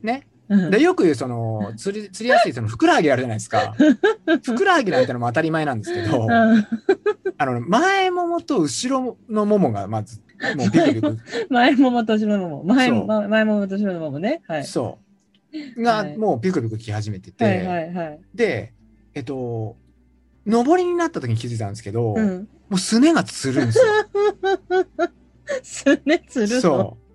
B: ね、
A: うん
B: でよく言うその釣り釣りやすいそのふくらはぎあるじゃないで すか。ふくらはぎなんてのも当たり前なんですけど、
A: うん
B: あの前ももと後ろのももがまずもうビクビク、
A: 前ももと後ろのもも。前
B: そう
A: も、ま前ももと後ろのももね。はい。
B: そうが
A: はい
B: もうビクビクき始めてて、
A: はいはいはい。
B: でえっと上りになった時に気づいたんですけど、
A: う
B: も
A: ん。
B: うすねがつるんですよ。
A: すねつるの。
B: そう。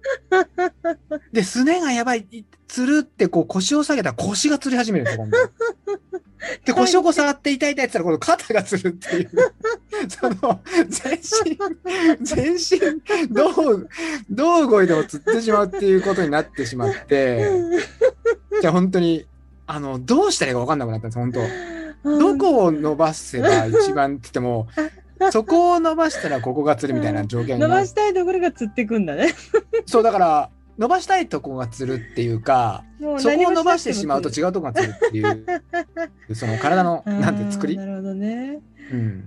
B: で、すねがやばい、つるってこう腰を下げたら腰がつり始めるんですよ、 今度。で、腰をこう触って痛い痛いって言ったら、この肩がつるって いう。その、全身、全身、どう、どう動いてもつってしまうっていうことになってしまって、じゃあ本当に、あの、どうしたらいいか分かんなくなったんです、本当。どこを伸ばせば一番って言っても、そこを伸ばしたらここがつるみたいな条件
A: 伸
B: が
A: ばしたいところが釣ってくんだね。
B: そうだから伸ばしたいとこがつるっていうか
A: もう
B: そこ
A: 何
B: を
A: も
B: 伸
A: な
B: ば
A: く
B: してて
A: も
B: しまうと違うとこがつるってい うその体の
A: 釣る
B: なんて作り
A: あー、なるほどね。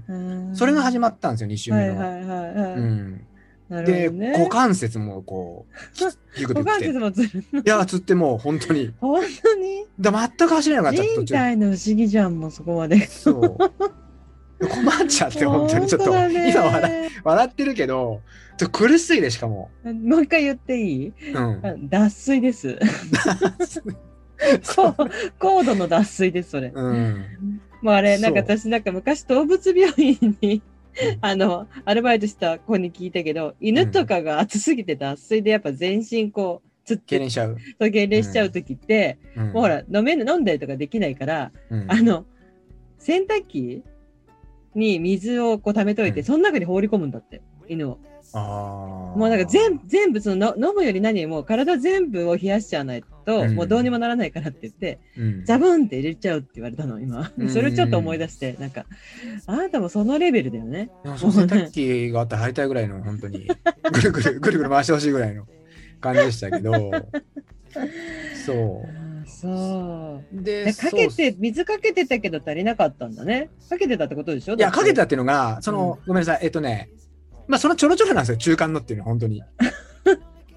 B: うん、そ
A: そ
B: れが始ま
A: っ
B: ったんですよ2週
A: は
B: 目
A: い
B: の。
A: はいはいはい。
B: うん、
A: なる
B: で、
A: ほどね、
B: 股関節もこうきピク
A: 股
B: ピク
A: 関
B: きてい
A: 節もつるの。
B: やつってもう本当に
A: 本当 に
B: だ全く走れなくなっちゃった途
A: 人
B: 中
A: 体の不思議じゃんもうそこまで。
B: そう困っちゃって本当にちょっ
A: 本
B: と
A: 当だね
B: 今笑笑ってるけどちょっと苦しすぎてしかも、
A: もう一回言っていい？
B: うん、
A: あ脱水です。 高高度の脱水ですそれ。
B: うん、
A: もうあれ
B: そう
A: なんか私なんか昔動物病院に
B: うん
A: あのアルバイトした子に聞いたけど犬とかが暑すぎて脱水でやっぱ全身こうつっ
B: 痙
A: て
B: 攣しちゃう。
A: そう痙攣しちゃう時って、
B: うん
A: もうほら飲める飲んだりとかできないから、
B: うん
A: あの洗濯機に水をこう溜めといて、
B: うん
A: その中に放り込むんだって犬を
B: あ
A: も
B: ー
A: うなんか全全部そのの飲むより何よりも体全部を冷やしちゃわないと、
B: うん
A: もうどうにもならないからって言って
B: うん
A: ザブンって入れちゃうって言われたの今
B: うん
A: それをちょっと思い出してなんかあなたもそのレベルだよね
B: でもその洗濯機があったら入りたいぐらいの、本当 に、ぐるぐる、ぐるぐる回してほしいぐらいの感じでしたけど、そ
A: あそう
B: う。で、
A: でかけ
B: そう
A: て水かけてたけど足りなかったんだねかけてたってことでしょ
B: いや、かけてた
A: だっ
B: っていうのが、その、ごめんなさい、えっとね、まあ、そのちょろちょろなんですよ、中間のっていうのは、本 当に。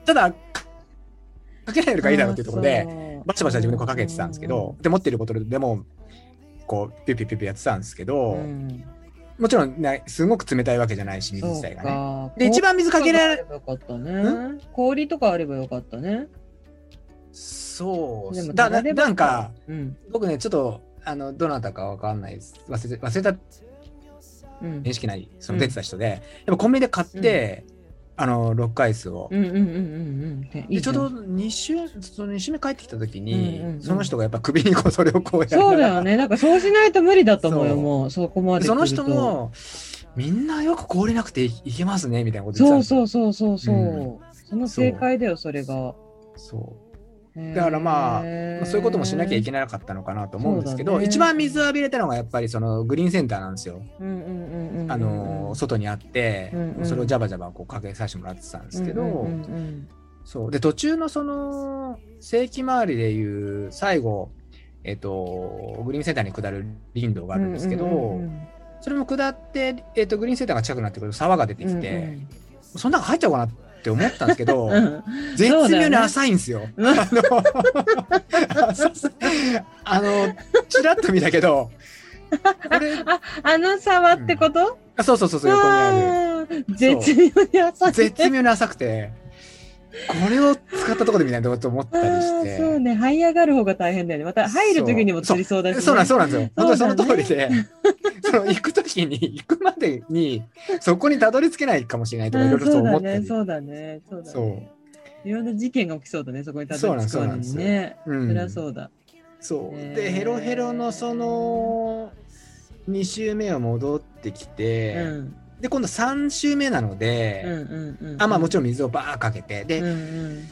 B: ただ、かかけないより
A: て
B: かいいだろうっていうところで、
A: あそう
B: バシバシ自分でこうかけてたんですけど、で、持ってるボトルでも、こう、ピュピュピュピュやってたんですけ
A: う
B: ど、
A: ん
B: もちろん、ね、すごく冷たいわけじゃないし、水自
A: そう
B: 体がね。
A: か
B: で、一番水かけられ
A: ればよかったね。氷とかあればよかったね。
B: そう
A: でも
B: だ
A: た
B: な
A: だれば
B: なんか
A: うん。
B: 僕ねちょっとあのどなたかわかんないです忘れて忘れた
A: うん。
B: 認識ないその
A: うん
B: 出てた人で、やっぱコンビニで買って、あのロックアイスを、
A: うんうんうんうんうん。いい
B: でち
A: じ
B: ょ
A: ゃ
B: うんど2週その2週目帰ってきた時に、
A: うんうんうん
B: その人がやっぱ首にこうそれをこうやりなが
A: そうだ
B: ら
A: よね。なんかそうしないと無理だと思うよ、
B: そう
A: もう。そこまで来ると。
B: その人。もみんなよく凍れなくていいけますねみたいなこと言
A: そ
B: っ
A: う
B: てた
A: そ
B: んで
A: うそうそうそう。
B: うん
A: その正解だよ、それが。
B: すよそうだからまあまあそういうこともしなきゃいけ
A: ない。
B: なかったのかなと思うんですけ
A: そ
B: ど、
A: うだね
B: 一番水を浴びれたのがやっぱりそのグリーンセンターなんですよ。
A: うんうんうんうんうん。
B: あの外にあって、
A: うんうん
B: それをジャバジャバこうかけさせてもらってたんですけど、
A: うんうんうん
B: そうで途中のその正規周りでいう最後、えっとグリーンセンターに下る林道があるんですけど、
A: ううんうん
B: それも下って、えっとグリーンセンターが近くなってくると沢が出てきて、
A: うん
B: そんなの入っちゃおうかなって思ったんですけど、
A: う んうん
B: 絶
A: そうだ
B: 妙
A: よ
B: に
A: ね
B: 浅いんですよ。
A: うん
B: あの浅さあの ちらっと見たけどこれ
A: あ、あの沢ってこと
B: あそうそうそうそう横にある。
A: あー絶妙に浅い。
B: 絶妙に浅くて、これを使ったところでみたいなと思ったりし
A: あーそう
B: て。
A: ね、這い上がる方が大変だよね。また入る時にも釣りそうだし、ね。
B: そうなんそうなんですよ。本当にそ
A: そうだ
B: の
A: ね
B: 通りで、その行く時に、行くまでに、そこにたどり着けないかもしれないとか、いろいろそう思った
A: うん
B: り。
A: そうだね、そうだね、そうだ
B: そ
A: ね。いろんな事件が起きそうだね、そこにたどり着く
B: そう
A: の
B: なんで
A: に
B: すよ
A: ね。
B: うう
A: そりゃ
B: ん。
A: そうだ。
B: そう。
A: へ
B: で、
A: ー
B: ヘロヘロのその、2週目を戻ってき
A: う
B: て、
A: ん、うん、
B: で、今度3週目なので、
A: うん、うん。
B: あ、まあも
A: ち
B: ちろん水をバーかけて、で、
A: うん、うん。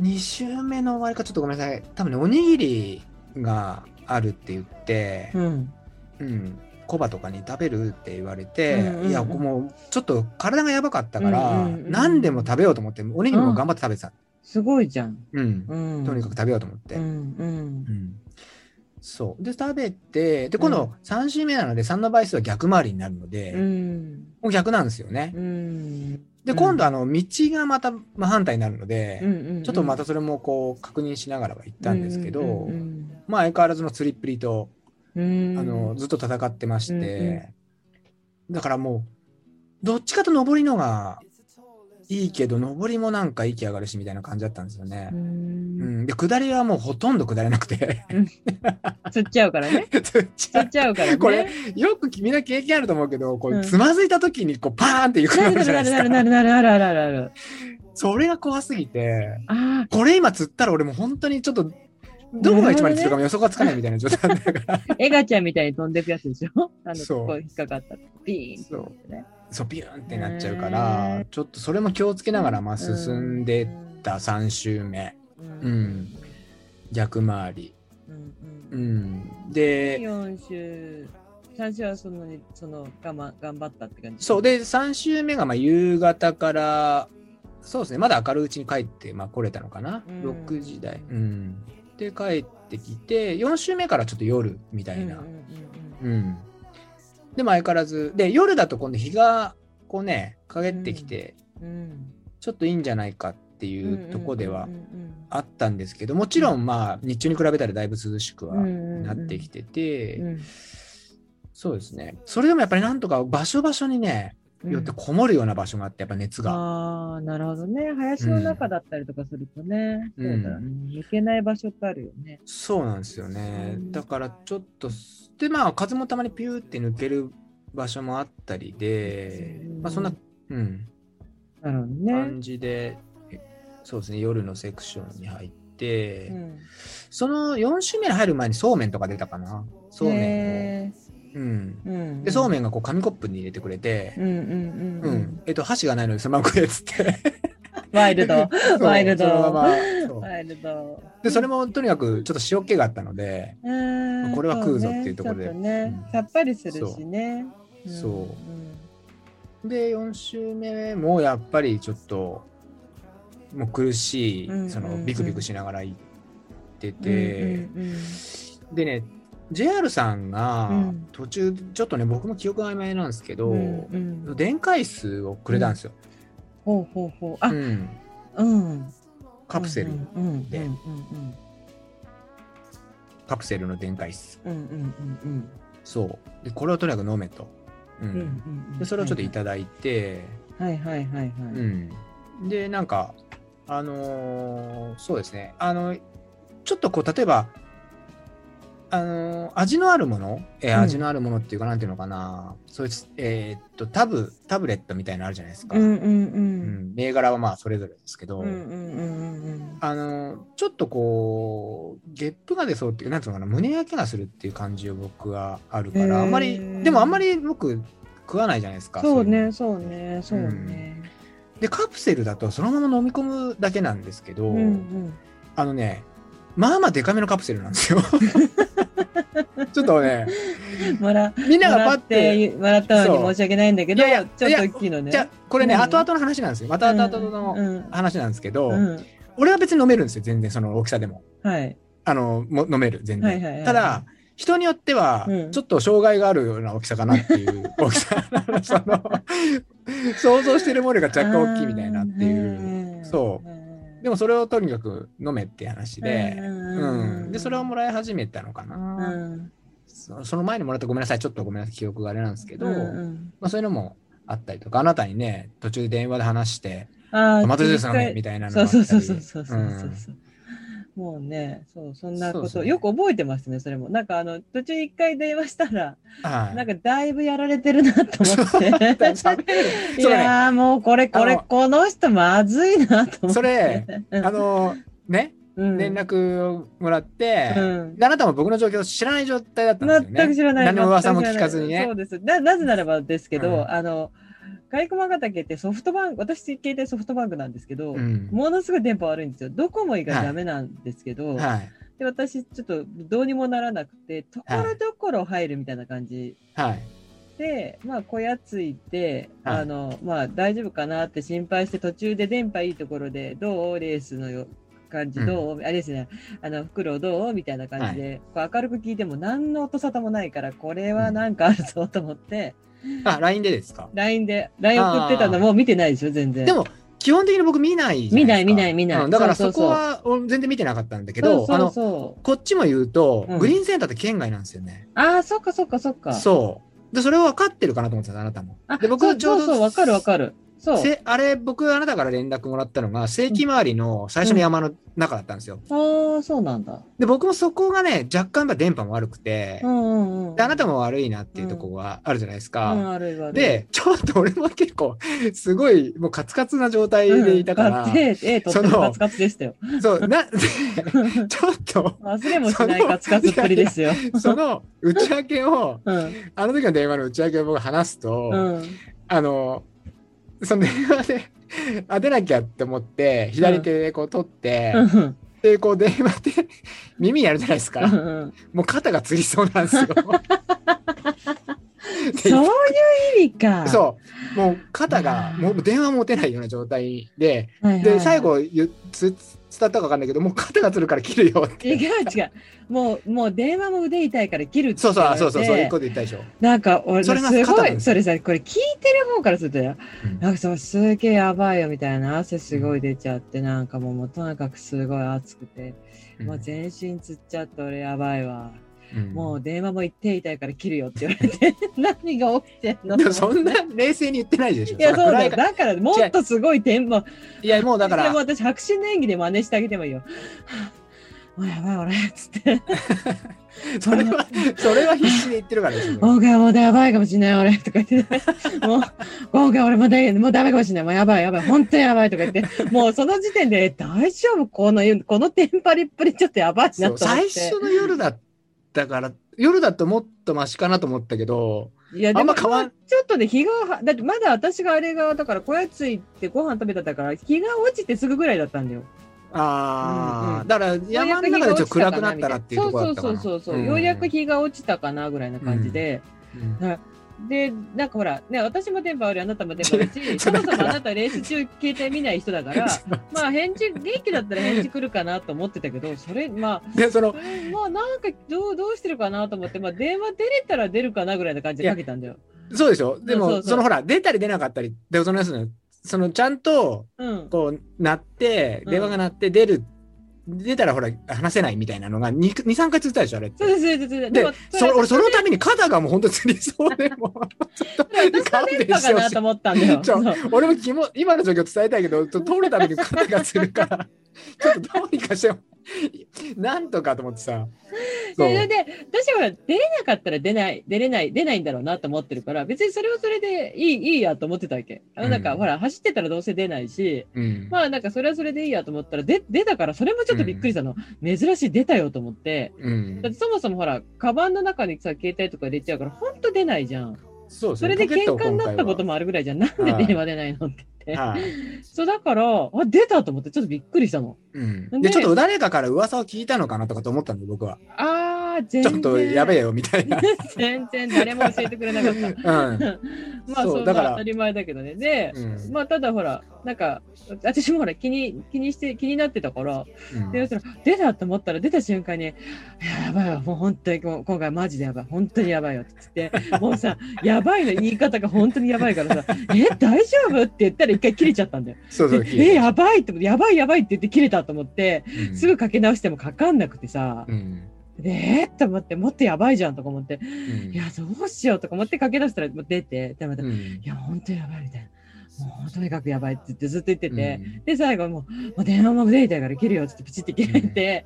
B: 2週目の終わりかちょっとごめんなさい多分ねおにぎりがあるって言って
A: う、ん、
B: うんコバとかに食べるって言われて、
A: うんうんうん
B: いやもうちょっと体がやばかったから、
A: うんうんうん
B: 何でも食べようと思っておにぎりも頑張って食べてた、
A: すごいじゃん。
B: うん
A: うん。
B: とにかく食べようと思って、
A: う
B: うん
A: ん、うん。
B: そうで食べてで今
A: う
B: 度3週目なので3の倍数は逆回りになるので、
A: うん。
B: もう逆なんですよね、
A: うん。
B: で今度あの道がまた真反対になるので、
A: うん、うん。
B: ちょっとまたそれもこう確認しながらは行ったんですけど、
A: うん、
B: まあ相変わらずの釣りっぷりと、
A: うんうん。
B: あのずっと戦ってまして、
A: うんう
B: だからもうどっちかと登りのがいいけど登りもなんか息上がるしみたいな感じだったんですよね
A: う。
B: うん
A: ん。
B: で下りはもうほとんど下れなく て
A: 釣っちゃう からね。
B: 釣っちゃ
A: 釣っちゃうからね。
B: これよくみんな経験あると思うけどこ
A: う
B: うんつまずいた時にこうパーンって行く
A: な
B: わ
A: る
B: けじゃな
A: ないる
B: です
A: な
B: か。
A: るなるなるなるなるなるなる。
B: それが怖すぎて、
A: あ
B: これ今釣ったら俺もう本当にちょっと、どこが一番に釣るかも予測がつかないみたいな状態だから、
A: あ、エガちゃんみたいに飛んでくやつでしょあの、
B: そう
A: ここ引っかかった。ピーンってなってね。
B: そうビューンってなっちゃうか
A: へ
B: ら
A: ー、
B: ちょっとそれも気をつけながら、まあ進んでった
A: う
B: 3周目。
A: ん。
B: う
A: うん
B: ん。逆回り。
A: うん
B: う
A: うん
B: ん。で、
A: 四週、三週はその、その、我慢、頑張ったって感じ。
B: そう。で3週目がまあ夕方からそうですねまだ明るいうちに帰って、まあ、来れたのかな、
A: うん
B: 6時台、うん、で帰ってきて4週目からちょっと夜みた
A: うん
B: い
A: うんう
B: な、
A: ん
B: うんでも相変わらずで夜だと今度日がこうね陰ってきて、
A: うんうん。
B: ちょっといいんじゃないかっていうとこでは
A: うんうん
B: あったんですけどもちろんまあ日中に比べたらだいぶ涼しくは
A: うんうんうん
B: なってきてて、
A: うん
B: そうですねそれでもやっぱりなんとか場所場所にね
A: うん
B: よってこもるような場所があってやっぱ熱が。
A: ああ、なるほどね。林の中だったりとかするとね、
B: うん
A: そうだよね。抜けない場所ってあるよね。
B: そうなんですよね。
A: うん
B: だからちょっとす、で、まあ、風もたまにピューって抜ける場所もあったりで、
A: うん
B: まあ、そんな、うん、
A: なるほどね。
B: 感じで、えそうですね、夜のセクションに入って、
A: うん
B: その4週目に入る前にそうめんとか出たかな。そうめんを。
A: へ
B: うん。
A: ーうん。
B: で、そう
A: め
B: めんがこう紙コップに入れてくれて、
A: ん。うんうん
B: う、
A: うんん。
B: えっと、箸がないので、そのまま食えっつって。
A: ワイルド。
B: そう
A: ワイルド
B: そのままそう
A: ワイルド。
B: で、それもとにかくちょっと塩気があったので、
A: うーん
B: これは食うぞっていうところで
A: そうねちょっとね
B: うん
A: さっぱりするしね。ん
B: そうで4週目もやっぱりちょっともう苦しい、
A: うんうんうん
B: そのビクビクしながら行って
A: うん
B: て、
A: うんうん
B: でね JR さんが
A: うん
B: 途中ちょっとね僕も記憶が曖昧なんですけど、
A: うんうん
B: 電解数をくれたんですよ、
A: ほうほうほう。あ
B: う、ん
A: うん。
B: カプセル、
A: うん
B: で
A: うん
B: カプセルの電解質
A: うんうんうんうんうん
B: そうでこれをとにかく飲めと、うん
A: うんうんうんうん。
B: でそれをちょっといただいて、
A: はいはいはいはい。
B: うん、でなんかあのーそうですねあのちょっとこう例えばあのー味のあるもの、えー
A: うん
B: 味のあるものっていうかなんていうのかな、そういうえーっとタブタブレットみたいなのあるじゃないですか、
A: うんう
B: うんん銘柄はまあそれぞれですけど、
A: うん。うんうんうんうん
B: あのーちょっとこうゲップが出そうっていうなんていうのかな胸焼けがするっていう感じを僕はあるか
A: へー
B: らあんまりでもあんまり僕食わないじゃないですか
A: そう
B: いの
A: ねそうねそうね。
B: でカプセルだとそのまま飲み込むだけなんですけど、
A: うんうん。
B: あのねまあまあデカめのカプセルなんですよ ちょっとね
A: もら
B: みんな
A: も
B: が
A: ら
B: パッ
A: っててもらったのに申し訳ないんだけど、
B: そういやいや
A: ちょっと大きいのね。
B: じゃあこれね、
A: うん
B: 後々の話なんですよまた
A: うん
B: 後々の
A: うん
B: 話なんですけど、
A: うん
B: 俺は別に飲めるんですよ全然その大きさでも
A: はい。
B: あのも飲める全然、
A: はいはいはい
B: ただ人によっては、
A: うん
B: ちょっと障害があるような大きさかなっ ていう大きさ その想像してるものが若干大きいみたいなっていう、そう
A: う
B: でもそれをとにかく飲めって話で、うん、でそれをも
A: ら
B: らい始めたのかな、
A: うん
B: そその前にもらったごめんなさいちょっとごめんなさい記憶があれなんですけど、
A: うんうん
B: まあ、そういうのもあったりとかあなたにね途中で電話で話して「
A: あ
B: あ
A: ー
B: またジュース飲
A: 切り替
B: め」
A: え
B: みたいなの
A: そ
B: が
A: う
B: あった
A: そう
B: り
A: そうそうそうそう
B: うん
A: そうそう。もうね、そう、そんなこ
B: そうそ
A: と、
B: う
A: よく覚えてますね、それも。なんかあの、途中一回電話したら、
B: はい
A: なんかだいぶやられてるなと思って。
B: 喋れる
A: い
B: そうね
A: やーもうこれ、これ、
B: あの
A: この人まずいなと思って。
B: それ
A: うん、
B: あのね
A: うん
B: 連絡をもらって、
A: うん
B: であなたも僕の状況を知らない状態だったんですよね
A: 全く知らない。
B: 何も噂も
A: 全く知
B: 聞
A: らな
B: か
A: い
B: ずにね
A: そうです。ななぜならばですけど、
B: うん
A: あの、外駒ヶ岳ってソフトバンク、私携帯ソフトバンクなんですけど、
B: うん
A: ものすごい電波悪いんですよ。ドコモ以外ダメなんですけど、
B: はい
A: で私ちょっとどうにもならなくて、ところどころ入るみたいな感じ
B: はい
A: で、まあ小屋ついて、
B: はい
A: あの、まあ大丈夫かなって心配して途中で電波いいところで、どうレースのよ感じどう、あれですね、あの、袋どうみたいな感じで、こう明るく聞いても何の音沙汰もないから、これはなんかあるぞと思って、
B: あ LINE でですか
A: LINE で、LINE 送ってたのも見てないでしょ、全然。
B: でも基本的に僕見ないじゃですか
A: 見ない見ない見ない
B: うんだから
A: そう
B: そ
A: そうそう
B: こは俺全然見てなかったんだけ
A: そう
B: どあ
A: そう
B: の
A: そ
B: こっちも言うと、
A: うん
B: グリーンセンターって県外なんですよ
A: う。
B: ね。
A: ああ、そっかそっかそっか。
B: そう。で、それを分かってるかなと思ってた、あなたも
A: あ。
B: で、僕
A: そ
B: は
A: う
B: ちょうど、
A: そうそう、わかるわかる。そう。
B: せあれ、僕、あなたから連絡もらったのが、世紀周りの最初の山の中だったんですよ。
A: ああ、そうなんだ。
B: で、僕もそこがね、若干やっぱ電波も悪くて
A: う、んうんうん。
B: であなたも悪いなっていうとこはあるじゃないです
A: う
B: か。
A: ん、あるいは。
B: で、ちょっと俺も結構、すごい、もうカツカツな状態でいたか
A: う
B: ら
A: ん、ええ、とって
B: そ
A: も
B: の
A: カツカツでしたよ。
B: そう、な、で ちょっと、
A: 忘れもしないカツカツっぷりですよ。
B: その 打ち明けを、
A: うん。
B: あの時の電話の打ち明けを僕話すと、
A: うん。
B: あの、その電話で、 あ、出なきゃって思って、左手でこう取って、
A: うん
B: で、こう電話で 耳やるじゃないです
A: う
B: か。
A: ん うん
B: もう肩がつりそうなんで すよ。
A: そういう意味か。
B: そう。もう肩が、もう電話持てないような状態で、
A: はいはいはい。
B: で、最後ゆつ、伝ったか分かんないけど、もう肩がつるから切るよっ
A: 違う
B: て。
A: 違う。もう、もう電話も腕痛いから切るって
B: そう
A: 言わ
B: そ
A: れ
B: う、
A: て
B: そうそう、そういうこと言ったでしょ。
A: なんか俺、
B: そ
A: す
B: れが肩
A: ご
B: なんで
A: い、
B: す
A: それさ、これ聞いてる方からするとよ、
B: うん
A: なんかそう、すげえやばいよみたいな、汗すごい出ちゃって、なんかもう、もうとにかくすごい暑くて、もう全身つっちゃって俺やばいわ。
B: うん
A: もう電話も手痛いから切るよって言われて、 何が起きてんの
B: でもそんな冷静に言ってないでしょ。
A: いや、そう
B: 暗
A: だ
B: い
A: よ。だから、もっとすごい電話、
B: いや、もうだか
A: でも
B: ら、
A: 私、白紙の演技で真似してあげてもい いよ。はぁもうやばい、俺、つって。
B: それは、それは必死で言ってるからですよ。
A: 今回もうやばいかもしれない、俺、とか言って、 もう、今回俺もだ、もうダメかもしれない、もうやばい、やばい、本当にやばいとか言 って、もうその時点で、大丈夫、この、このテンパりっぷり、ちょっとやばいなと
B: そ
A: 思っ
B: う
A: て。
B: 最初の夜だったから、夜だともっとマシかなと思ったけど、
A: いや、で
B: あん
A: も、
B: ま
A: ち
B: 変わ
A: ょ
B: ん
A: っとね、日がは、だってまだ私があれが、だから、小屋ついてご飯食べてたから、日が落ちてすぐぐらいだったんだよ。
B: ああ、
A: うんうん
B: だから山の中でちょっと暗くなったらっていうところだったか
A: そう
B: な。
A: そうそうそう、ようやく日が落ちたかなぐらいな感じで、
B: うん
A: でなんかほらね私も電波あるあなたも電波あるし そ
B: そ
A: う
B: だ
A: も
B: か
A: そ
B: ら
A: もあなたレース中携帯見ない人だ からまあ返事元気だったら返事来るかなと思ってたけどそれまあ
B: で、その
A: そ、れまあなんかどうどうしてるかなと思ってまあ電話出れたら出るかなぐらいな感じでかけたんだよ。
B: そうでしょでも、
A: そうそう
B: そ
A: そう
B: のほら、出たり出なかったり、で、そのやつの、そのちゃんと、
A: うん。
B: こう、鳴って、
A: うん
B: 電話が鳴って出る、出たらほら、話せないみたいなのが2、2 3回続いたでしょあれって。
A: そうですそうですそうです。
B: で
A: も、
B: そ
A: れ
B: 俺、そのために肩がもう本当つりそうで、もう、ちょっと
A: 私の
B: 勘
A: 電
B: 弁
A: 波
B: し
A: か
B: てほ
A: な
B: しい
A: と。思ったんだよ。
B: ち
A: そ
B: ょ
A: う
B: 俺も気も今の状況伝えたいけど、ちょっと通るために肩がつるから、 ちょっとどうにかしてよなんとかと思ってさ。
A: そ
B: そう
A: れで私は出れなかったら出ない出れない出ないんだろうなと思ってるから別にそれはそれでいいいいやと思ってたわけあのなんか、
B: うん
A: ほら走ってたらどうせ出ないし
B: うん
A: まあなんかそれはそれでいいやと思ったらで出たからそれもちょっとびっくりしたの、珍しい出たよと思って
B: うん
A: だってそもそもほらカバンの中にさ携帯とか入れちゃうからほんと出ないじゃん
B: そうす
A: そ
B: ね
A: れで
B: ポケッ
A: 喧
B: トを
A: 嘩になったこともあるぐらいじゃんなんで電話出ないのって言っ
B: 今
A: て、
B: 回ははい
A: そうだからあ出たと思ってちょっとびっくりしたの
B: うん、
A: で
B: で、ちょっと誰かから噂を聞いたのかなとかと思ったんで、 僕は。
A: あー全
B: ち
A: 然
B: ょっとやべえよみたいな。
A: 全然 誰も教えてくれなかった
B: うん。
A: まあ
B: そう
A: そう
B: だから
A: まあ当たり前だけどね。で、
B: うん
A: まあただほら、なんか、私もほら気に、気にして、気になってたから、
B: うん
A: で、要するに出たと思ったら出た瞬間に、いややばいわ、もう本当にもう今回マジでやばい、本当にやばいよって言 って、もうさ、やばいの言い方が本当にやばいからさ、え、大丈夫って言ったら一回切れちゃったんだよ。
B: そうそう。
A: でえ、やばいって、やばいやばいって言って切れたと思って、
B: うん
A: すぐかけ直してもかかんなくてさ、
B: うん。
A: で、えー、と思って、もっとやばいじゃんとか思って、
B: うん
A: いや、どうしようとか思ってかけ出したらもう出て、でまた
B: う、ん
A: いや、本当にやばいみたいな。もうとにかくやばいって言ってずっと言ってて、で、最後もう、もう電話も出れたから切るよって言ってプチって切れて、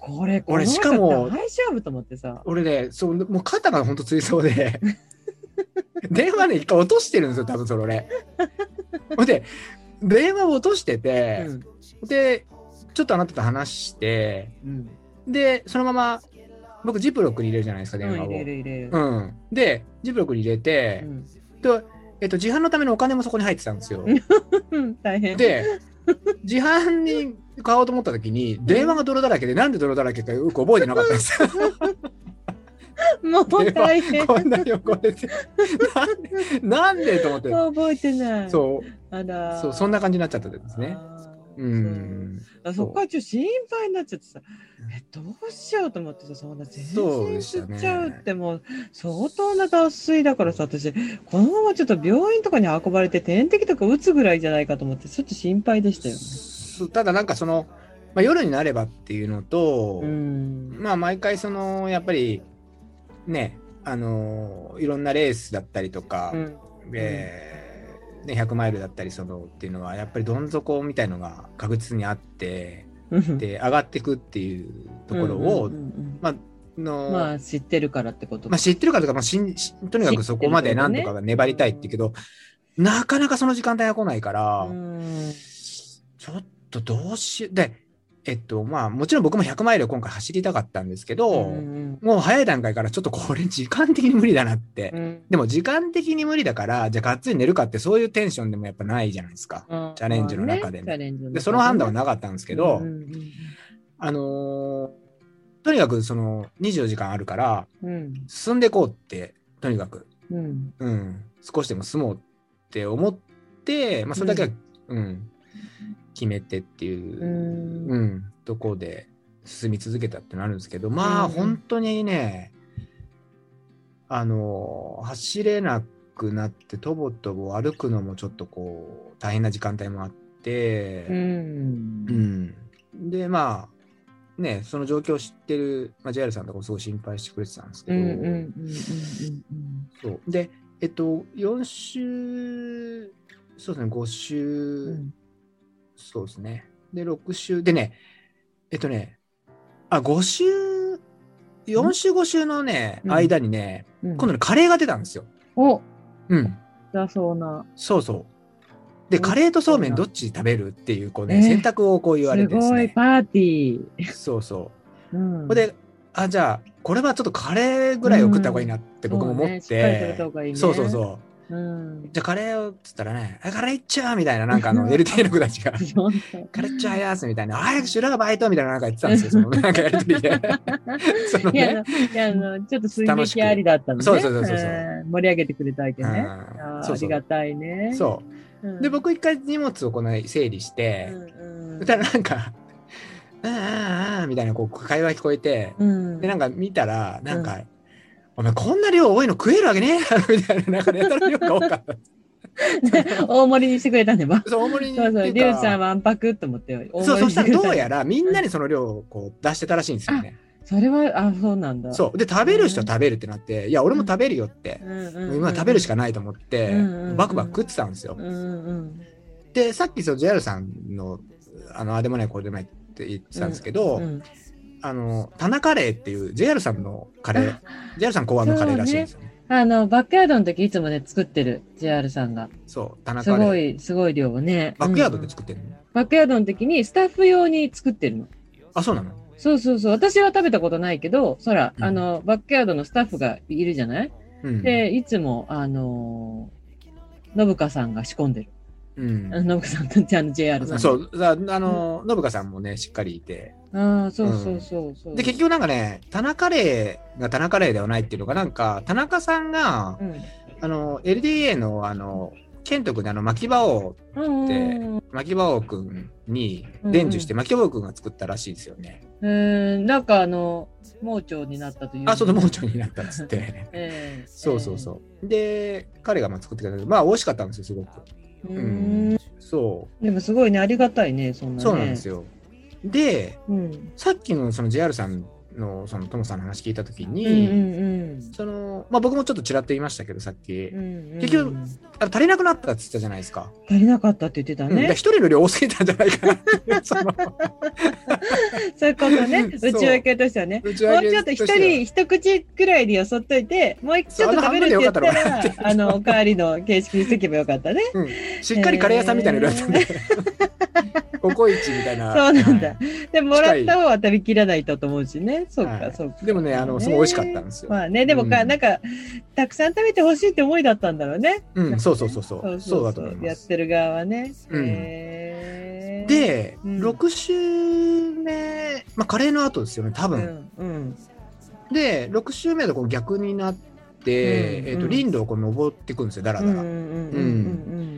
A: これ、これ、
B: しかも
A: 大丈夫と思ってさ、
B: 俺ね、そう、もう肩が本当つりそ うで、電話ね、一回落としてるんですよ、多分それ俺。ほんで、電話を落としてて
A: う、ん
B: で、ちょっとあなたと話して、
A: うん、
B: で、そのまま、僕、ジップロックに入れるじゃないですか、
A: うん
B: 電
A: 入
B: 話を。
A: れる入れる。
B: うん。で、ジップロックに入れて、で、えっと、自販のためのお金もそこに入ってたんですよ。
A: うん、大変。
B: で、自販に買おうと思った時に、電話が泥だらけで、なんで泥だらけかよく覚えてなかったんですよ。
A: もう大変。
B: こんなに汚 れて。なんで、なんでと思って。
A: 覚えてない。う。
B: そう、
A: あらー。
B: そう、そんな感じになっちゃったんですね。
A: あー。
B: う
A: そ
B: ん。
A: うあそこからちょっと心配になっちゃってさ、え、どうしようと思ってさ、そんな全
B: そう
A: 身
B: でし
A: す
B: たね
A: っちゃうってもう相当な脱水だからさ、私、このままちょっと病院とかに運ばれて点滴とか打つぐらいじゃないかと思って、ちょっと心配でしたよね。
B: そうただなんかその、まあ、夜になればっていうのと、
A: うん。
B: まあ毎回その、やっぱり、ね、あのーいろんなレースだったりとか、
A: うん
B: えーね、100マイルだったりそのっていうのはやっぱりどん底みたいのが確実にあってで上がっていくっていうところを、
A: うんうんうん
B: まあ
A: う
B: の
A: んまあ知ってるからってこと
B: まあ、知ってるかというか、まあ、しんしとにかくそこまでなんとか粘りたいって言うけど、なかなかその時間帯が来ないから、
A: うん
B: ちょっとどうしよう。で、えっと、まあ、もちろん僕も100マイルを今回走りたかったんですけど、
A: うん
B: もう早い段階からちょっとこれ時間的に無理だなって。
A: うん
B: でも時間的に無理だから、じゃあがっつり寝るかってそういうテンションでもやっぱないじゃないですか。
A: うん
B: チャレンジの中でも
A: まあねチャレンジの中で
B: で、その判断はなかったんですけど、
A: うんうん
B: あのーとにかくその24時間あるから、
A: うん
B: 進んでいこうって、とにかく
A: うん
B: うん、少しでも住もうって思って、まあ、それだけは、うん決めてっていうう、
A: ん
B: うんとこで進み続けたってなるんですけどまあ
A: うん
B: 本当にねあの走れなくなってとぼとぼ歩くのもちょっとこう大変な時間帯もあって。
A: うん
B: うん、でまあねその状況を知ってる、まあ、JR さんとかもすごい心配してくれてたんですけ
A: う
B: ど、
A: んうんうんうん
B: そうで、えっと、4週、そうですね、5週、
A: うんうん
B: そうですね、で、6週、でね、えっとね、あ、5週、4週、5週のね、
A: うん
B: 間にね、
A: うん
B: 今度ね、カレーが出たんですよ。
A: お
B: うん、
A: だそうな
B: そうそう。で、カレーとそうめんどっち食べるっていう、こうね、
A: えー
B: 選択をこう言われ
A: す
B: てです
A: ごい
B: ね
A: パ。ーティー
B: そうそう。
A: うん
B: これで、あ、じゃあ、これはちょっとカレーぐらいを食った方がいいなって僕も思っ
A: そ
B: て。
A: うねしっかり食べた方がいいね
B: そうそうそう。
A: うん
B: じゃあカレーをっつったらね、あカレーいっちゃうみたいな、なんかあの、LT の子たちが、
A: 本当
B: カレーっちゃうやつみたいな、早くしろよ、バイトみたいな、なんか言ってたんですよ、その、なんかやりとり で。その
A: いや、あ
B: ね
A: の、いやあの、ちょっと水
B: 楽し
A: 撃
B: く
A: ありだったのね。
B: そうそうそうそうそうん
A: 盛り上げてくれたわけ
B: う
A: ね。あ
B: ん
A: ー
B: そうそ
A: ありが
B: う。
A: たいね。
B: そうう。
A: ん
B: で、、僕一回荷物をこの整理し
A: う
B: て、
A: ん
B: そしたらなんか、うんうんうんみたいな、こう、会話聞こえて、
A: うん、
B: で、なん
A: か、
B: んか見たら、なんか、お前こんな量多いの食えるわけねえだろみたいな、なんかやたら量が多か った。
A: 大盛りにしてくれたんで、ば。
B: そう、大盛りに
A: そうそう、
B: って
A: リ
B: い
A: ュ
B: う
A: ウ
B: か
A: さんはわんぱくと思って、大
B: そ
A: 盛
B: う、
A: り
B: そ
A: に
B: した
A: てく
B: ら
A: れた
B: どうやらみんなにその量をこう出してたらしいんですよね。
A: それは、あ、そうなんだ。
B: そう。で、食べる人は食べるってなって、いや、俺も食べるよって
A: う。んうんうん、
B: 今食べるしかないと思って
A: うんうんう、ん
B: バクバク食ってたんですよ
A: う。んうん
B: で、さっきその JR さんの、あの、あでもないこれでもないって言ってたんですけど、
A: うん。
B: あの、田中カレーっていう JR さんのカレー、JR さん考案のカレーらしいんですよね。
A: あの、バックヤードの時いつもね、作ってる、JR さんが。
B: そう、田中
A: す
B: カレ
A: ご
B: ー。
A: い、すごい量をね。
B: バックヤード
A: うん
B: で作ってるの
A: バックヤードの時にスタッフ用に作ってるの。
B: あ、そうなの
A: そうそうそう。私は食べたことないけど、そら、
B: うん
A: あの、バックヤードのスタッフがいるじゃない
B: うん。
A: で、いつも、あのー、信香さんが仕込んでる。
B: うん
A: あ。の信香さんと、じゃあの JR さん。
B: そ。う、だあの、信香さんもね、しっかりいて。
A: ああ、そうそうそうそう。
B: で、結局なんかね、田中カレーが田中カレーではないっていうのが、なんか、田中さんが、
A: うん、
B: あの、LDA の、あの、ケント君であの、牧場王、
A: うん
B: で牧場王君に伝授して、牧場王君が作ったらしいですよね。
A: うん、うん、なんかあの、盲腸になったという。
B: あ、そうだ、盲腸になったっつ って。
A: ええ
B: そうそうそう。で、彼がまあ作ってくれたまあ、美味しかったんですよ、すごく。
A: ええう
B: う
A: ん
B: ん。そ
A: でもすごいね、ありがたいね、そんな
B: う。
A: ね。
B: そうなんですよ。で、
A: うん。
B: さっきのその JR さんの、その、トモさんの話聞いたとき
A: うん
B: に、
A: うん
B: その、まあ僕もちょっとちらっと言いましたけど、さっき。
A: うんうんうん。
B: 結局あの足りなくなったって言ってたじゃないですか。
A: 足りなかったって言ってた
B: うんだから
A: ね。
B: 一、人の量多すぎたんじゃないかなっていう その
A: そういうことね。
B: そう
A: 内訳としてはね。
B: 打ち
A: も
B: 上
A: う
B: げ
A: ちょっと一人一口くらいでよそっといて、もう一ちょっと食べるって言った
B: そうあの半分
A: ら、
B: でよかった の
A: あの、おかわりの形式にしとけばよかったね。
B: しっかりカレー屋さんみたいな色だったんで、 ココイチみたいな。
A: そうなんだ
B: は
A: でも、もらった方は食べきらないとと思うしね。そう
B: は
A: か、
B: い
A: そうか。
B: いでもね、あの、すごい美味しかったんですよ。
A: まあね、でもか、
B: うん
A: なんか、たくさん食べてほしいって思いだったんだろうね。
B: うん、そうそうそうそう。そうだと思いま
A: やっ
B: す。
A: てる側はね。
B: うん
A: へー、
B: で、
A: うん
B: 6週目、まあ、カレーの後ですよね、多
A: う
B: 分。
A: ん、うん。
B: で、6週目でこう逆になって、
A: うん
B: えっ、と、林道をこう登っていくんですよ、だら
A: うんう
B: だ
A: ん
B: ら。
A: うん
B: う
A: うんん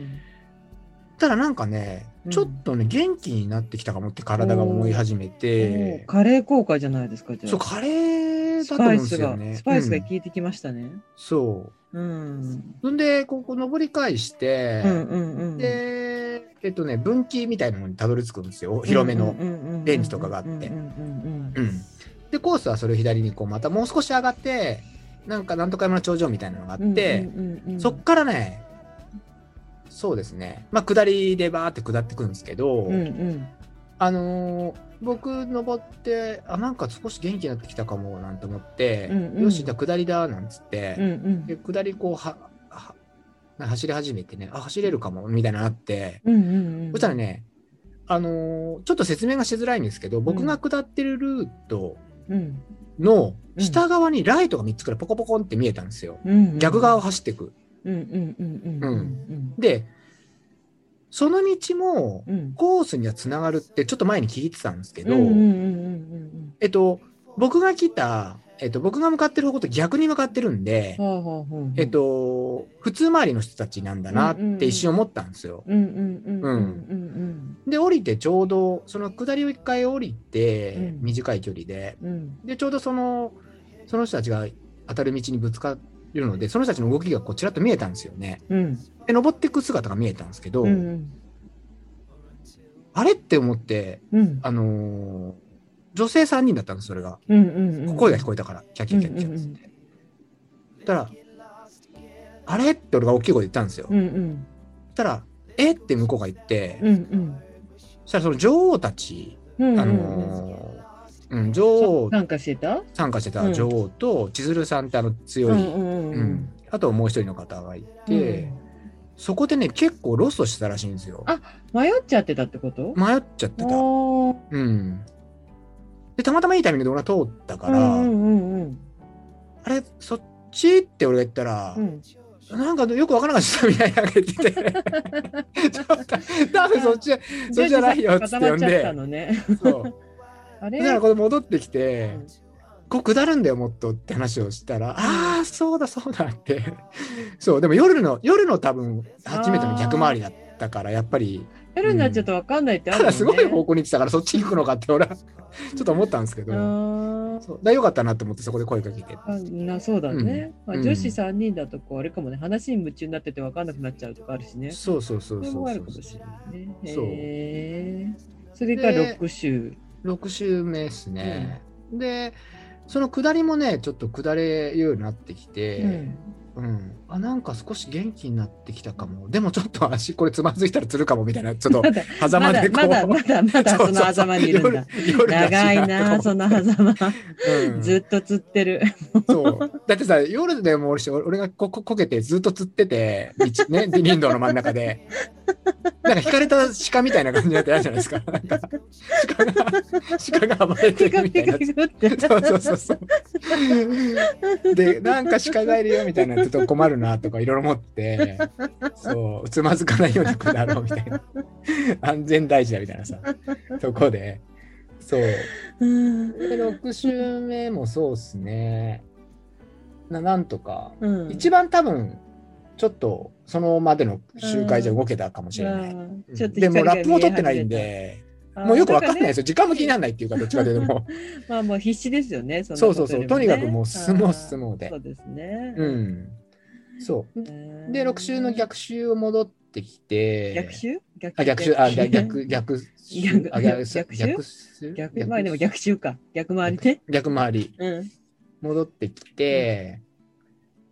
B: ただなんかね、ちょっとね、元気になってきたかもって体が思い始め
A: うん。お
B: て
A: ー、カレー効果じゃないですか、じゃあ。
B: そう、カレーだ
A: ス
B: と思
A: パ
B: うん
A: イ
B: で
A: ス
B: すよ
A: が、
B: ね。
A: スパイスが
B: うん
A: 効いてきましたね。
B: そう。
A: うん。
B: そんで、ここ登り返して、
A: うんうんうん。
B: で、えっとね、分岐みたいなのにたどり着くんですよ。広めの。レンジとかがあって
A: うんうんうん
B: うんで、コースはそれを左にこう、またもう少し上がって、なんかなんとか山の頂上みたいなのがあ
A: うんうん。
B: って、
A: うんうんうん、
B: そっからね、そうですね。まあ、下りでバーって下ってくるんですけど、
A: うんうん。
B: あのー僕登って、あ、なんか少し元気になってきたかも、なんて思って、
A: うんうん
B: よし、じゃあ下りだ、なんつって、
A: うんうん。
B: で下りこうははな走り始めてねあ走れるかもみたいなのあって、
A: うんうんうん。
B: そしたらねあのーちょっと説明がしづらいんですけど僕が下ってるルート
A: うん
B: の下側にライトが3つくらいポコポコンって見えたんですよ、
A: うんうん。
B: 逆側を走っていく
A: うんうんうんうんうんうん
B: でその道も
A: うん。
B: コースにはつながるってちょっと前に聞いてたんですけ
A: うん
B: ど、
A: うんうんうん
B: えっと僕が来た、えっと、僕が向かってる方向と逆に向かってるんで、
A: うん。はあはあはあ。
B: えっ。と普通周りの人たちなんだなって一瞬思ったんですよ、
A: うんうんうんうんうん
B: で降りてちょうどその下りを一回降りて、
A: うん
B: 短い距離で
A: うんうん。
B: でちょうどそのその人たちが当たる道にぶつかるのでその人たちの動きがこうちらっと見えたんですよね
A: うん。
B: で登っていく姿が見えたんですけど、
A: うんうん
B: あれって思って
A: うん。
B: あのー女性3人だったんですそれが、
A: うんうんうん。
B: 声が聞こえたからキャッキャキャッキャっつって、そしたらあれって俺が大きい声で言ったんですよ、
A: うんうん
B: そしたらえって向こうが言って、
A: うんうん。
B: そしたらその女王たち
A: うんうんうん
B: あのーうん、女王
A: なんかしてた
B: 参加してた女王と千鶴さんってあの強い、うん
A: ん
B: あともう一人の方がいて、そこでね結構ロストしてたらしいんですよ
A: あ迷っちゃってたってこと
B: 迷っちゃってた
A: おー
B: うんでたまたまいいタイミングで俺が通ったか
A: う
B: ら、
A: んうんうん
B: あれそっちって俺が言ったら、
A: うん
B: なんかよくわからなかったみたいな 言っててちょっと多分そっちじゃそっちじゃないよっつって呼ん
A: 固まっちゃっ
B: で
A: たのね
B: そう
A: あれ
B: だからこれ戻ってきて、
A: うん
B: ここ下るんだよもっとって話をしたら、ああそうだそうだってそうでも夜の夜の多分初めての逆回りだったからやっぱり
A: 夜になっちゃうとわかんないってあるもん
B: ただ
A: ね
B: すごい方向に行ってたからそっち行くのかって俺はちょっと思ったんですけど、
A: あー
B: そうだからよかったなと思ってそこで声かけて
A: あなそうだね、
B: うん
A: ま
B: う
A: あ、
B: ん
A: 女子3人だとこうあれかもね話に夢中になってて分かんなくなっちゃうとかあるしねそ
B: そうそうそう
A: れ
B: そ
A: も
B: う
A: あ
B: そ
A: る
B: う
A: かもしれないね
B: そう
A: へえそれが
B: で
A: 6週
B: 6周目ですね、でその下りもねちょっと下れるようになってきて、うん、あなんか少し元気になってきたかもでもちょっと足これつまずいたらつるかもみたいなちょっと
A: まだ
B: 狭
A: ま
B: 間
A: だ
B: でこ
A: ま
B: う、
A: だまだま だその狭間にいるんだ
B: そうそう。
A: 長いなその狭間
B: 夜うん
A: ずっと釣ってる
B: そうだってさ夜でも俺し俺がこここけてずっと釣ってて道ね林道の真ん中でなんか引かれた鹿みたいな感じになってあるじゃないですかなんか鹿が鹿が暴れ
A: ピ
B: てる
A: カ
B: み
A: ピ
B: たいな
A: カピカって
B: そうそうそうそう。で、なんか鹿がいるよみたいなちょっと困るなとかいろいろ思って、そう、つまずかないように下ろうみたいな。安全大事だみたいなさ、とこで。そう。
A: うん
B: で、6周目もそうっすね。ななんとか。
A: うん
B: 一番多分、ちょっとそのまでの集会じゃ動けたかもしれない。
A: うんちょっと
B: でもラップも取ってないん
A: 光が見え
B: で、
A: 始めた
B: もうよくわかんない
A: あ
B: で
A: ー
B: すよ。時間も気にならないっていうか、どっちかというともう。
A: だからねまあもう必死ですよね。そんな
B: そう
A: こ
B: そうそう
A: より
B: とにかくもう進もう
A: あー
B: 進もうで
A: そうですね。
B: うん。そう。
A: うん
B: で、6週の逆襲を戻ってきて、
A: 逆襲逆
B: あ、逆襲、あ、逆、逆、逆襲、あ、逆、
A: 逆襲
B: 逆襲
A: 逆まあでも逆襲か逆回りね。
B: 逆回り、
A: うん
B: 戻ってきて、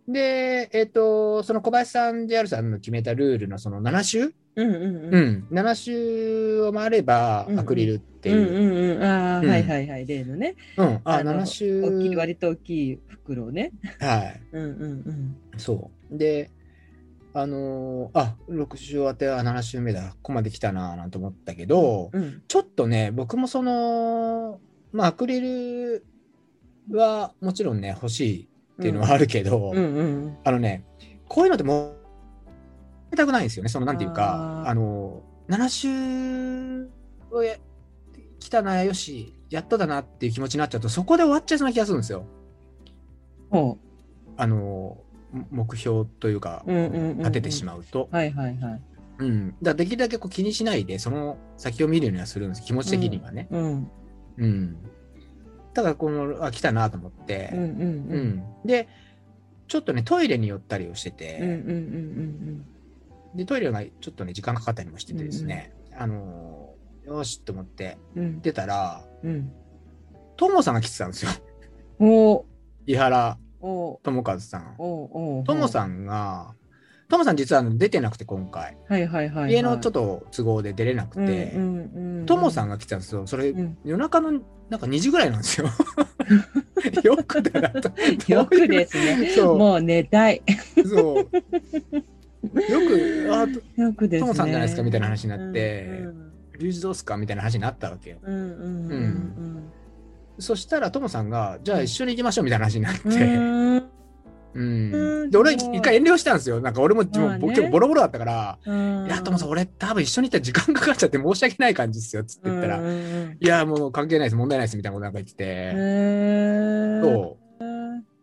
B: で、えっ、と、その小林さん、JR さんの決めたルールのその7週、
A: うんうん
B: うんん、7週を回れば
A: うんうん
B: アクリルって
A: う
B: い
A: ん
B: う、
A: うんうんああ、
B: うん
A: はいはいはい例のね
B: うん、あ、
A: あの
B: 7週、
A: 大きい割と大きい袋をね
B: はい、
A: うんうん
B: そう。で、あのーあ、6週終わって、あ、7週目だ、ここまで来たな、なんて思ったけど、
A: うんうん
B: ちょっとね、僕もその、まあ、アクリルはもちろんね、欲しいっていうのはあるけど、
A: うんうん
B: あのね、こういうのってもう、やりたくないんですよね、その、なんていうか
A: あ、ー
B: あの、7週をや来たな、よし、やっとだなっていう気持ちになっちゃうと、そこで終わっちゃいそうな気がするんですよ。
A: ほ
B: あの、も目標というか、
A: うんうんうんうん
B: 立ててしまうと
A: う。はいはいはい
B: うん。だからできるだけこう気にしないで、その先を見るようにはするんです、気持ち的にはね。
A: うん
B: うん。だから、この、あ、来たなと思って、
A: うんうんうん
B: うんで、ちょっとね、トイレに寄ったりをして
A: うんうんうん
B: て、
A: うん
B: で、トイレがちょっとね、時間かかったりもしててですね、あのーよしと思って
A: うんうん
B: 出たら、
A: うん
B: ともさんが来てたんですよ。
A: おー
B: 伊原
A: おー
B: 友和さん。
A: おーおー
B: ともさんが、トムさん実はあの出てなくて今回、
A: はいはいはいはい。
B: 家のちょ
A: っ
B: っと都合で出れなくて、ト
A: ト
B: モさんが来てたんですよ。それ、
A: うん
B: 夜中のなんか2時ぐらいなんです よ。よくだなと。
A: よくですね。
B: そ
A: もう寝たい。
B: う。そう。よく、あ、
A: よくですね。
B: トモさんじゃないですかみたいな話になって
A: うん
B: リュウジどうすかみたいな話になったわけよ。
A: うんうんうん
B: そしたらトモさんが、じゃあ一緒に行きましょうみたいな話になっ
A: うんうん。
B: て。
A: うーん
B: うん。
A: ん
B: で、俺
A: すごい
B: 一回遠慮したんですよ。なんか俺も、もう
A: まあね
B: 結構ボロボロだったから、
A: うん
B: いや、トモさん、俺多分一緒に行ったら時間かかっちゃって申し訳ない感じっすよ。つって言ったら、
A: うん
B: い
A: うんうん
B: や、もう関係ないです。問題ないです。みたいなことなんか言って
A: へ
B: て。
A: ー
B: そう。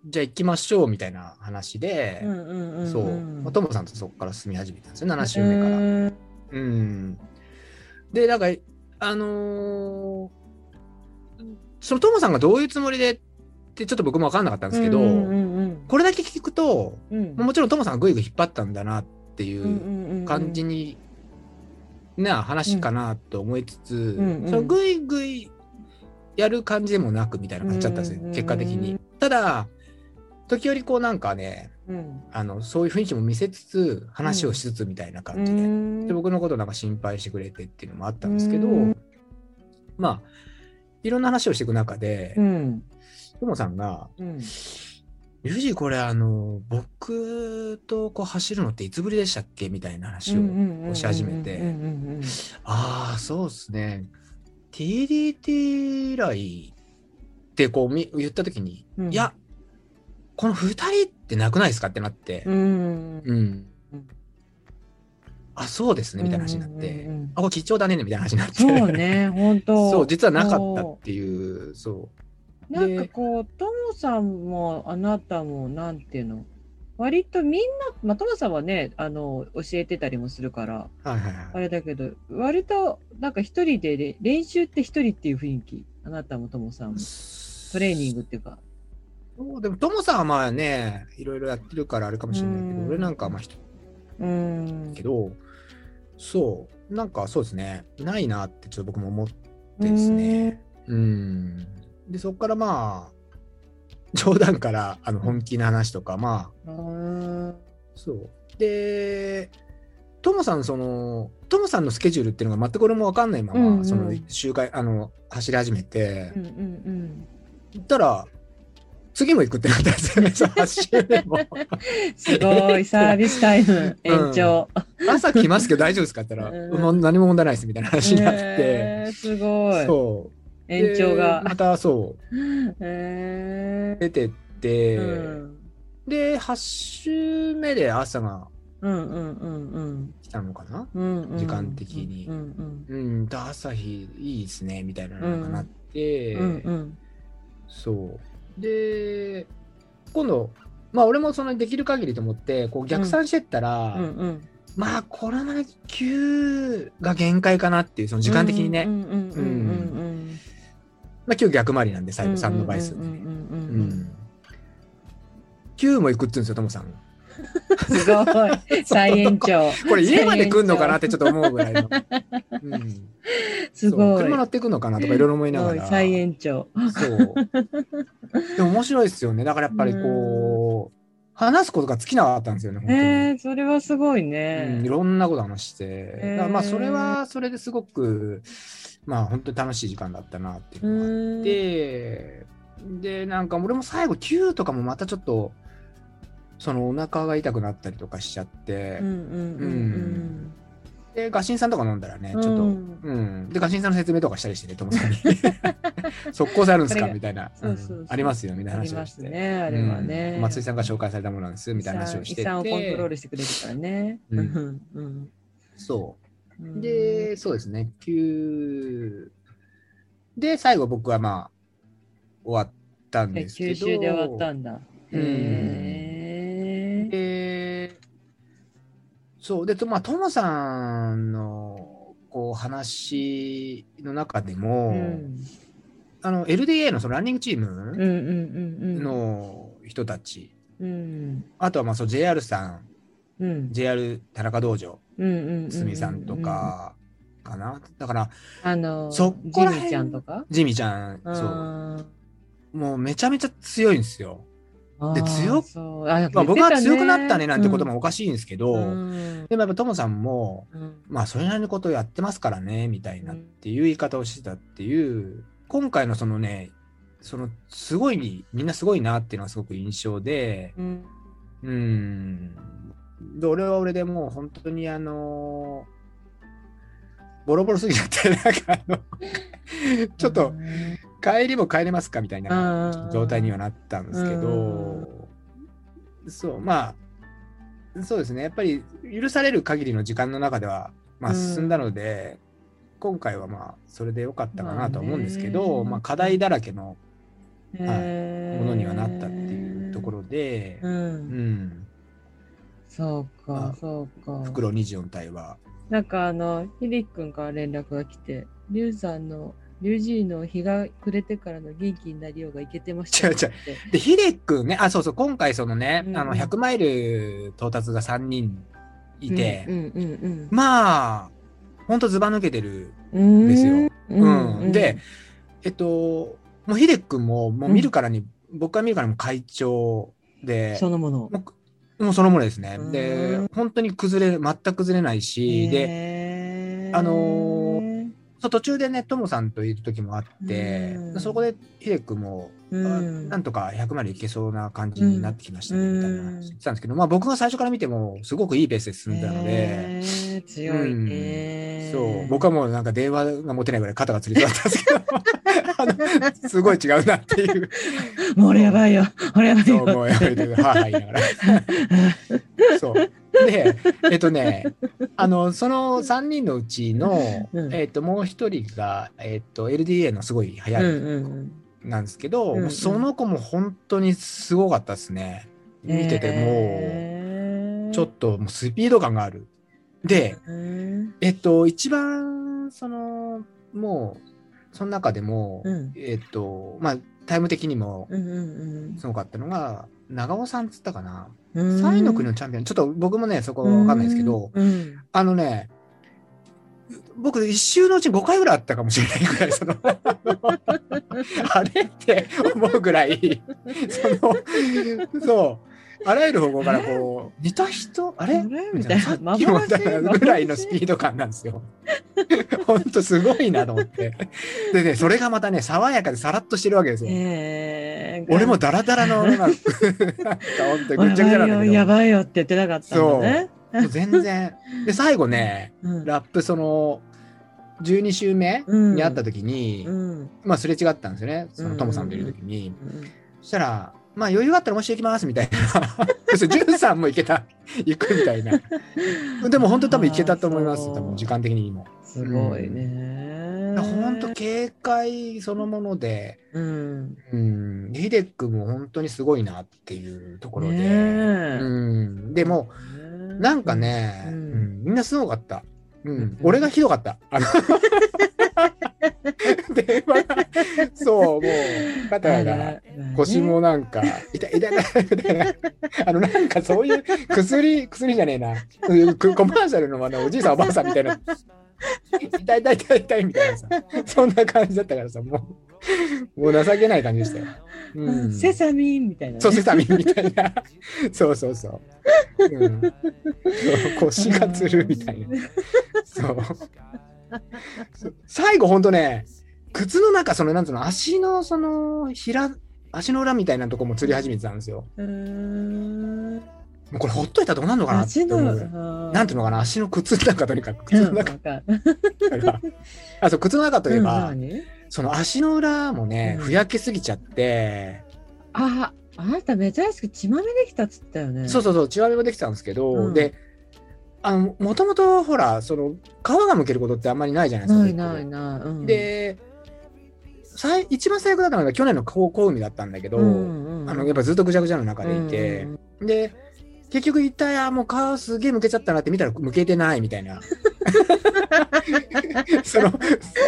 B: じゃあ行きましょうみたいな話で、
A: うんうんうんん
B: そう、まあ、トモさんとそこから住み始めたんですよ7週目から。
A: へー
B: うん、でなんかあのーそのトモさんがどういうつもりでってちょっと僕も分かんなかったんですけど、
A: うんうんうん
B: これだけ聞くと
A: うん
B: もちろんトモさんがぐいぐい引っ張ったんだなってい
A: うんうん
B: う
A: うんうん
B: 感じに、な話かなと思いつつ、
A: んうん
B: そのぐいぐいやる感じでもなくみたいな感じだったんですよ、
A: うんうん
B: 結果的に。ただ時折こうなんかね
A: うん
B: あのそういう雰囲気も見せつつ話をしつつみたいな感じで,、で僕のことなんか心配してくれてっていうのもあったんですけど、
A: うん
B: まあいろんな話をしていく中で
A: うん
B: トモさんが
A: うん
B: 「ユージこれあの僕とこう走るのっていつぶりでしたっけ?」みたいな話を、押し始めて
A: うんうんうんうん
B: ああそうっすね TDT 以来ってこうみ言った時に「
A: うん
B: いやこの2人ってなくないですか?」ってなって。
A: うんうん
B: うん
A: うん
B: あそうですねみたいな話になって、
A: うんうんうん
B: あこれ貴重だねみたいな話になって
A: そうね本当
B: そう実はなかったっていうそ
A: なんかこうトモさんもあなたもなんていうの割とみんな、まあ、トモさんはねあの教えてたりもするから
B: うはいはい
A: あ
B: はい
A: れだけど割となんか一人でれ練習って一人っていう雰囲気あなたもトモさんもトレーニングっていうか
B: そうでもトモさんはまあねいろいろやってるからあれかもしれないけど
A: うん
B: 俺なんかはまあ人だ
A: うーん
B: けどそうなんかそうですねないなってちょっと僕も思ってですねうんでそこからまあ冗談からあの本気な話とかまあ
A: うーんう
B: そう。で、トモさん、その、トモさんのスケジュールっていうのが全く俺も分かんないまま、
A: うんうん
B: その、周回、あの、走り始めて
A: んう、んうん
B: 行ったら、次も行くってなったんですよね、その8周目も。
A: すごいサービスタイム延長、
B: 朝来ますけど大丈夫ですかって言ったら、
A: うん
B: もう何も問題ないですみたいな話になって、
A: えーすごい
B: そう。
A: 延長が
B: でまたそう、
A: え
B: 出てっ
A: ー
B: て、
A: うん
B: で、8周目で朝が
A: うんうんうんうん
B: 来たのかな時
A: 時
B: 間的に
A: うんうん
B: うん、で朝日いいですね、みたいなのがなって、
A: うんうん
B: そう。で、今度、まあ俺もそのできる限りと思って、こう逆算してったら、
A: うんうん
B: まあこれまで9が限界かなっていう、その時間的にね、
A: うんうんうんうん
B: まあ9逆回りなんで最後3の倍数
A: う
B: で
A: んう
B: ね。
A: んう
B: うん
A: うん
B: ん9も行くっつうんですよ、ともさん。
A: す ごい再延長
B: これ家まで来んのかなってちょっと思うぐら いの。うん、
A: す
B: そう
A: ごい
B: 車乗ってくんのかなとかいろいろ思い
A: す
B: なが
A: ごい
B: ら。
A: 再延長
B: そう。でも面白いですよね。だからやっぱりこう、話すことが尽きなかったんですよね、本当に。
A: えーそれはすごい
B: うん、い
A: ね
B: ろんなこと話して、だからまあ
A: へー
B: それはそれですごくまあ本当に楽しい時間だったなっていう
A: う
B: のがあっ
A: ん
B: て、でなんか俺も最後9とかもまたちょっとそのお腹が痛くなったりとかしちゃって、
A: うんうんうん
B: でガシンさんとか飲んだらねち
A: う
B: ょ
A: ん
B: っと、う
A: うんん
B: でガシンさんの説明とかしたりしてね友さんに 速攻性あるんですか
A: それが
B: みたいな
A: そうそうそう
B: うんありますよみたいな
A: あり
B: 話を
A: ま
B: し
A: す
B: て。
A: ねあれはね
B: うん松井さんが紹介されたものなんですみたいな話をしてて
A: 遺産をコントロールしてくれるからね
B: うん
A: うん
B: そう
A: うん
B: で、そうですね、9で、最後僕はまあ、終わったん
A: え
B: ですけど。
A: 九州で終わったんだ。
B: うん
A: へえ。
B: でそう、で、とまあ、トモさんの、こう、話の中でも、
A: うん
B: あの、LDA のそのランニングチー
A: うんうん
B: ム
A: うんうん。
B: の人たち、
A: うん
B: あとはまあ、そう、JR さん、
A: うん
B: JR 田中道場、
A: うんうんうん。
B: すみさんと。か、かな。だから、
A: あの、
B: そ
A: ジ
B: こら辺
A: ミちゃんとか。
B: ジミーちゃん、そう、
A: あ
B: もうめちゃめちゃ強いんですよ。
A: ー
B: で強く
C: そうあやっ
B: ま
C: ぱ言っ
B: あ、
C: て
B: 僕
C: た
B: は強くなったねなんて言葉
C: も、
B: もおかしいんですけど、
C: うん
B: でもやっぱトモさんも、
C: うん
B: まあ、それなりのことをやってますからね、みたいなっていう言い方をしてたっていう、今回のそのね、そのすごい、みんなすごいなっていうのがすごく印象で、
C: うん
B: うん。で、俺は俺でもう本当にあのボロボロすぎちゃって、なんかあの、ちょっと帰りも帰れますかみたいな
C: うん
B: 状態にはなったんですけど、そう、まあ、そうですね、やっぱり許される限りの時間の中では、まあ、
C: うん
B: 進んだので、今回はまあ、それで良かったかなとは思うんですけ
C: まあ
B: ど、
C: ね
B: まあ、課題だらけの
C: も
B: ものにはなったっていうところで、
C: う、
B: うんん、
C: そう
B: ま
C: か
B: あ
C: そうか
B: 袋24体は、
C: なんかあのヒデ君から連絡が来てリュウさんのリュウジーの日が暮れてからの元気になりようがいけてましたよって
B: 違うで、ヒデ君ね、あ、そうそう、今回そのね、
C: うん
B: あの、100マイル到達が3人いて、
C: うんうんうん
B: まあ、ほんとずば抜けてる
C: うん
B: ですよ。
C: う
B: うんで、えっと、もうヒデ君も、もう見るからに、僕が見るからにも会長で、
A: そのもの。
B: もうくもうそのものですね
C: う。ん
B: で、本当に崩れ、全く崩れないし、で、
C: で
B: あのそう途中でね、ともさんといる時もあって、
C: うん
B: そこでヒデ君も、あなんとか100までいけそうな感じになってきましたね、
C: うん
B: みたいな話してたんですけど、まあ僕が最初から見ても、すごくいいペースで進んでたので、
C: へー強いね、
B: そう、僕はもうなんか電話が持てないぐらい肩がつりそうだったんですけど、あのすごい違うなっていう。
C: もう俺やばいよ俺やばい
B: そう、
C: よ
B: もうやめてください。はいはい言いながら。そう。で、えっとね、あの、その3人のうちの、
C: うん
B: えっと、もう一人が、えっと、LDA のすごい早
C: う
B: い
C: ん
B: 子
C: うん
B: なんですけど、
C: うんうん
B: その子も本当にすごかったですね。
C: うん、
B: 見てても
C: も
B: う、ちょっともうスピード感がある。で、
C: うん
B: えっと、一番、その、もう、その中でも、
C: うん
B: えっと、まあ、タイム的にも
C: うんうん
B: すごかったのが、長尾さんっつったかな。
C: うん
B: サイの国のチャンピオン、ちょっと僕もね、そこわかんないですけど、
C: うんうん
B: あのね、僕、一周のうち5回ぐらいあったかもしれないぐらい、その、あれって思うぐらい、その、そう、あらゆる方向からこう、似た人、あれ
C: あれ
B: み
C: み
B: た
C: た
B: い
C: い
B: な、
C: な
B: さっきもだから
C: 幻
B: ぐらいのスピード感なん ですよ。ほんとすごいなと思って。でね、それがまたね、爽やかでさらっとしてるわけですよ。
C: えー
B: 俺もダラダラの、なんか、 なんかほんとぐっちゃぐちゃなんだ
C: やばい
B: けど。
C: よやばいよって言ってなかったんだね
B: もう全 然。で、最後ね、
C: うん
B: ラップ、その、12周目
C: うん
B: に会った時に、
C: うん
B: まあ、すれ違ったんですよね。そ
C: うんうんう
B: の、
C: ん
B: トモさんといる時に。
C: うん
B: そしたら、まあ、余裕があったらもうしていきます、みたいな。 そして、ジュンさんも行けた、行くみたいな。でも、本当多分行けたと思います。
C: あー
B: 多分、時間的にも。
C: すごいね
B: 本当警戒そのもので、
C: うん
B: うん、ヒデ君も本当にすごいなっていうところで。
C: ねえ
B: うん。でも、なんかね、
C: うん
B: うんみんなすごかった。うん
C: うん
B: 俺がひどかった。あの電話がそう、もう、肩が、腰もなんか、痛い痛い痛いみたいな。あの、なんかそういう薬、薬じゃねえな。うんくコマーシャルのあのおじいさんおばあさんみたいな。痛い痛い痛い痛いみたいなさ。そんな感じだったからさ、もう、もう情けない感じでしたよ。う
C: うん
B: ん、
C: セサミンみたいなね
B: そう、セサミンみた いな。そうそうそう。うん、そう腰がつるみたいな。そう。そう最後、ほんとね、靴の中、その、なんつうの、足の、その、ひら、足の裏みたいなとこも釣り始めてたんですよ。
C: うん
B: もうこれ、ほっといたらどうなんのかなって
C: 足
B: 思
C: の
B: うぐらい。なんていうのかな、足の靴の中とにかく、
C: う
B: 靴の
C: んわ
B: 中
C: か る
B: から。あ、そう、靴の中といえば、
C: うん何
B: その足の裏もね、
C: うん
B: ふやけすぎちゃって、
C: ああなた珍しく血まみできたっつったよね
B: そうそうそう、血まみもできたんですけど、
C: うん
B: で、あの、もともとほら、その、皮がむけることってあんまりないじゃないですか。
C: ない
B: 結構
C: ないない、うん、
B: で、最一番最悪だったのが去年の高校海だったんだけど、あの、やっぱずっとぐちゃぐちゃの中でいて、で、結局一体、あ、もう皮すげえむけちゃったなって見たらむけてないみ たいな。その、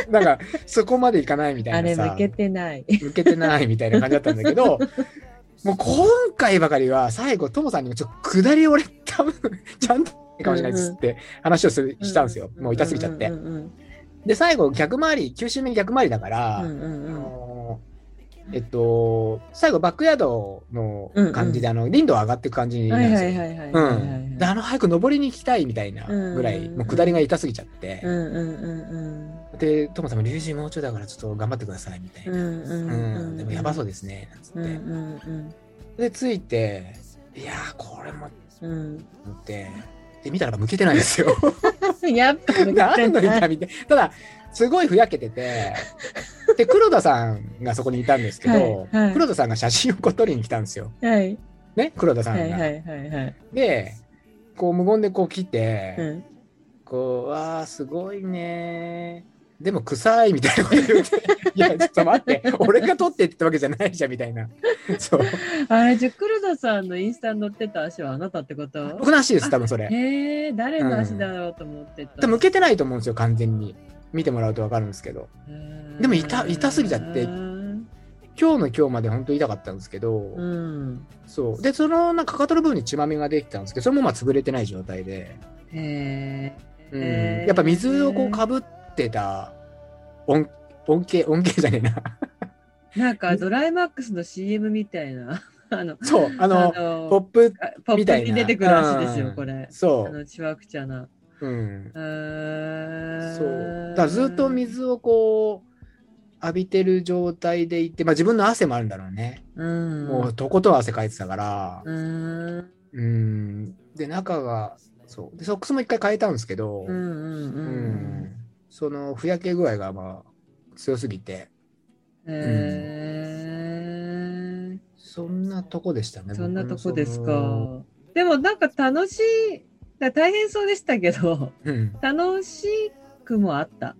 B: なんか、そこまでいかないみた
C: あ
B: いな
C: れ
B: さ。
C: 向けてない。
B: 向けてないみたいな感じだったんだけ ど、もう今回ばかりは最後、ともさんにもちょっと下り俺多分、ちゃんといいかもしれないですって話をするしたんですよ。もう痛すぎちゃって
C: う。んうん
B: で、最後逆回り、9周目に逆回りだから、
C: うんうん
B: あ
C: うん
B: のえっと、最後バックヤードの感じで、あの林道上がっていく感じにな
A: は
B: る
A: い
B: んです
A: は
B: よ
A: いはいはい
B: うん
A: はいはいはい
B: であの早く登りに行きたいみたいなぐら
A: うんうん
B: い、
A: うん
B: もう下りが痛すぎちゃって
A: う、んうんうん
B: で、トモさんも、龍神もうちょいだからちょっと頑張ってくださいみたい
A: うん
B: な。
A: うんうんうん
B: うんでもやばそうですね、なんつ
A: うん
B: っ
A: うん
B: て。で、着いて、いやー、これも、
A: うん
B: って、で、見たら向けてないんです よ。
A: うんやっぱ
B: 何の板みたいな。ただ、すごいふやけてて、で、黒田さんがそこにいたんですけど、
A: はいはい
B: 黒田さんが写真をこう撮りに来たんですよ。
A: はい
B: ね、黒田さん
A: は
B: が。
A: いはいはいはい
B: で、こう無言でこう来て、
A: うん
B: こう、わあ、すごいねー。でも臭いみたいなこと言って、 いや、ちょっと待って、俺が撮ってってわけじゃないじゃんみたいな。そう。
A: あれじゃあ黒田さんのインスタに載ってた足はあなたって こと
B: 僕の話です、多分それ。
A: へえ誰の足だろうと思ってた、
B: でも向けてないと思うんですよ、完全に。見てもらうとわかるんですけど。
A: うん
B: でも痛痛すぎちゃって
A: うん
B: 今日の今日まで本当痛かったんですけど、
A: うん
B: そう。で、その、なんか、かかとの部分に血まみができたんですけど、それもまあ潰れてない状態で、
A: へ
B: うん
A: え
B: やっぱ水をこうかぶってた恩、恩恵、恩恵じゃねえな。
A: えなんかドライマックスの CM みたいな あの
B: そう、 あの、
A: の
B: ポップ、
A: あポッ
B: みた
A: プ
B: い
A: に
B: な
A: 出てくる足です
B: う
A: よ
B: ん
A: これ
B: そ
A: あのちわくちゃな
B: う、うん。
A: うーん
B: そう。だからずっと水をこう、浴びてる状態でいて、まあ自分の汗もあるんだろうね。
A: うん
B: もうとことん汗かいてたから、
A: うーん
B: うん。で、中が、そう。で、ソックスも一回変えたんですけ
A: う
B: ど、
A: んうんう
B: うんんその、ふやけ具合がまあ、強すぎて、
A: うんへえ
B: そんなとこでしたね。
A: そんなとこです
B: 僕の
A: か。でもなんか楽しい、だ大変そうでしたけ ど、
B: その。うん。
A: 楽しくもあった。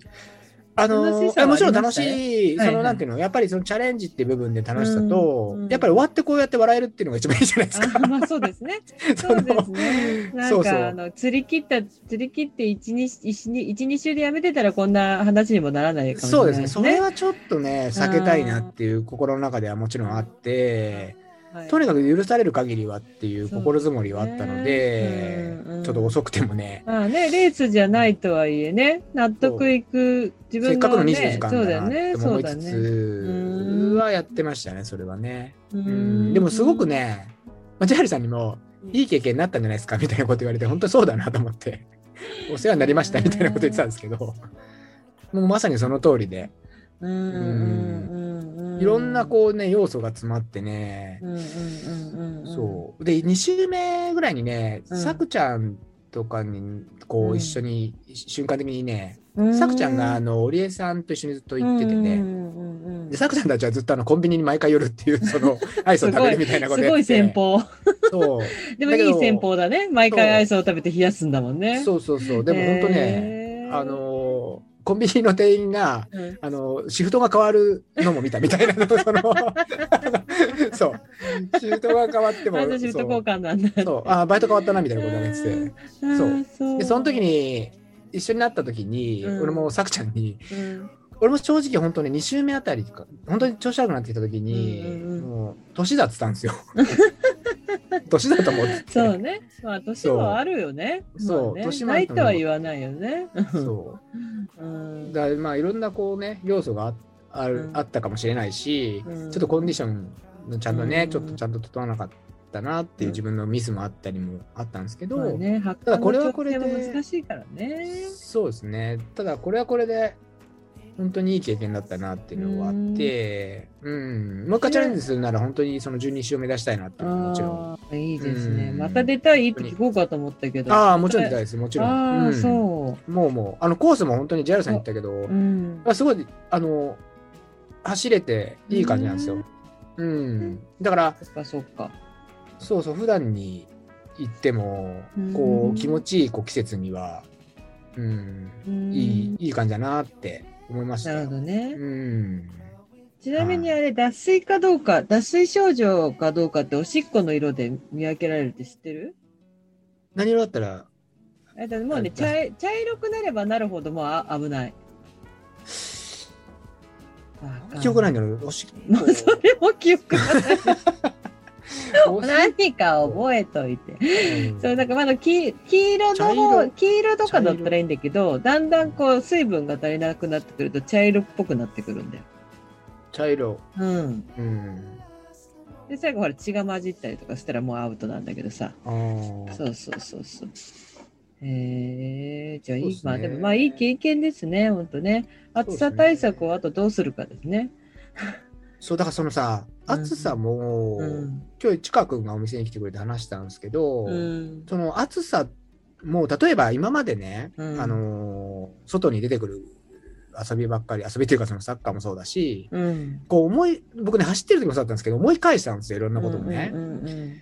B: あの
A: 楽しさは
B: あもちろん
A: ありま
B: 楽
A: したね
B: しい、
A: はい
B: そ
A: は
B: の
A: い
B: なんていうの、やっぱりそのチャレンジっていう部分で楽しさと、
A: うんうん
B: やっぱり終わってこうやって笑えるっていうのが一番いいじゃないですか。
A: あまあそうですね。
B: そ
A: そう
B: の
A: ですね。なんか
B: そうそう
A: あの釣り切った釣り切って一日一日一二週でやめてたらこんな話にもならないかもしれ
B: そう
A: ない
B: ですね。それはちょっとね、避けたいなっていう心の中ではもちろんあって、
A: はい
B: とにかく許される限りはっていう心づもりはあったので
A: そうですね、うんうん
B: ちょっと遅くてもね、
A: まあね、レースじゃないとはいえね、納得いく自
B: せっ
A: 分
B: かく
A: の、
B: の
A: ね、
B: 24時間
A: そうだ
B: だ
A: よ
B: なって
A: ね、
B: 思
A: そう
B: い
A: だね。
B: つつ
A: うん
B: はやってましたね、それはね。
A: う
B: うんでもすごく、ね、まあジャールさんにも、いい経験になったんじゃないですかみたいなこと言われて、本当そうだなと思 って、お世話になりましたみたいなこと言ってたんですけど、もうまさにその通りで、
A: うんうんうんうん、
B: いろんなこうね、要素が詰まってね
A: う、んうんうんうん、
B: そう。で、2週目ぐらいにね、
A: うん
B: さくちゃんとかに、こ
A: うん
B: う、一緒に、瞬間的にね、
A: うん。
B: さくちゃんが、あの、織江さんと一緒にずっと行ってて
A: う
B: ね、
A: んうんうんうん
B: で、さくちゃんたちはずっとあの、コンビニに毎回寄るっていう、そ の、アイスを食べるみたいなこと
A: す
B: やっ
A: ご
B: て
A: い戦 法。
B: そう。
A: でもいい戦法だね。毎回アイスを食べて冷やすんだもんね。
B: そうそうそう。でも本当ね、
A: へー
B: あ、のー、コンビニの店員が、
A: うん
B: あの、シフトが変わるのも見たみたいな、そ の、あのそう、シフトが変わっても、
A: あのシフト交換なんだ。
B: そうそうあ、バイト変わったなみたいなことがねってて、
A: うんそう
B: で、その時、に、一緒になった時に、
A: うん
B: 俺もさくちゃんに、
A: うん
B: 俺も正直本当ね、2週目あたりとか、本当に調子悪くなってきた時に、
A: うんうんうん
B: もう、年だって言ったん ですよ。年だと思ってて。
A: そうね。まあ、年はあるよね。
B: そう
A: まあね
B: 年もあ
A: な
B: る
A: い
B: と
A: と
B: 思う
A: は言わないよね。
B: そううんだからまあ、いろんなこうね、要素がああ
A: う
B: る
A: ん
B: あったかもしれないし、
A: うん
B: ちょっとコンディションのちゃんとね、
A: うん
B: ちょっとちゃんと整わなかったなっていう自分のミスもあったりもあったんですけど、
A: まあね、発
B: ただ
A: 火
B: これ
A: の
B: はこ
A: 調
B: れ
A: 整
B: で
A: も難しいからね。
B: そうですねただこれはこれで本当にいい経験だったなっていうのがあって、うんもう一回チャレンジするなら本当にその12周を目指したいなっていうのはもちろん。
A: ああ、いいですね。
B: うん
A: また出たいって聞こうかと思ったけど。
B: ああ、もちろん出たいです、もちろん。
A: あ
B: う
A: あ、
B: ん
A: そ
B: もうもう、あのコースも本当に JR さん言ったけど、
A: う。うん。
B: あすごい、あの、走れていい感じなんですよ。うん。だから、
A: そっかそっか。
B: そうそう、普段に行っても
A: うん、
B: こう、気持ちいいこう季節には、うん、
A: うん
B: いい、いい感じだなって思いました
A: な
B: よ。
A: るほどね。
B: うん。
A: ちなみにあれ、脱水かどうか、脱水症状かどうかっておしっこの色で見分けられるって知ってる
B: 何色だったら、
A: あれだもうね
B: あ
A: 茶い、茶色くなればなるほどもうあ危ない。。
B: 記憶ないい んだろう。おしっ
A: もうそれも記憶がない。
B: こ。
A: 何か覚えといて。
B: う ん
A: そうなんかまだ黄黄色の
B: 茶色
A: 方黄色とかだったらいいんだけどだんだんこう水分が足りなくなってくると茶色っぽくなってくるんだよ。
B: 茶色。
A: うん。
B: うん。
A: で、最後ほら血が混じったりとかしたらもうアウトなんだけどさ。
B: あー
A: そうそうそうそう。へえじゃあいい、
B: そうです
A: ま
B: ね
A: あでもまあいい経験ですね、本当ね。暑さ対策をあとどうするかですね。
B: そう、だからそのさ、
A: うん
B: 暑さも、
A: うん。
B: 今日、ちかくんがお店に来てくれて話したんですけど、
A: うん。
B: その暑さ、もう例えば今までね、
A: うん
B: あのー外に出てくる遊びばっかり、遊びというかそのサッカーもそうだし、
A: うん。
B: こう思い、僕ね、走ってる時もそうだったんですけど、思い返したんですよ、いろんなこともね。
A: うんうんうん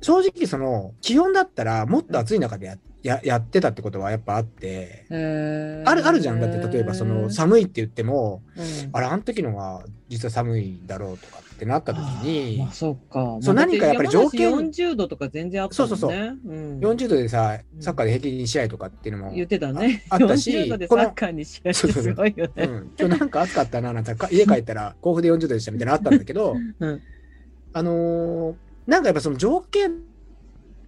B: 正直、その、気温だったら、もっと暑い中でやややってたってことはやっぱあって、
A: へー
B: あるあるじゃん。だって、例えば、その、寒いって言っても、
A: うん
B: あれ、あの時のが実は寒いだろうとかってなった時に
A: あーまあ、、そうか。
B: そう
A: まあだて
B: 何かやっぱり条件
A: 山梨40度とか全然あったもんね。
B: そうそうそ
A: うん
B: 40度でさ
A: う、ん
B: サッカーで平均2試合とかっていうのも、
A: 言ってたね。
B: ああったし
A: 40度でサッカーに試合ってすごいよ
B: う
A: ね。
B: ん、今日なんか暑かったな、なんてか家帰ったら甲府で40度でしたみたいなのあったんだけど、
A: うん
B: あのーなんかやっぱその条件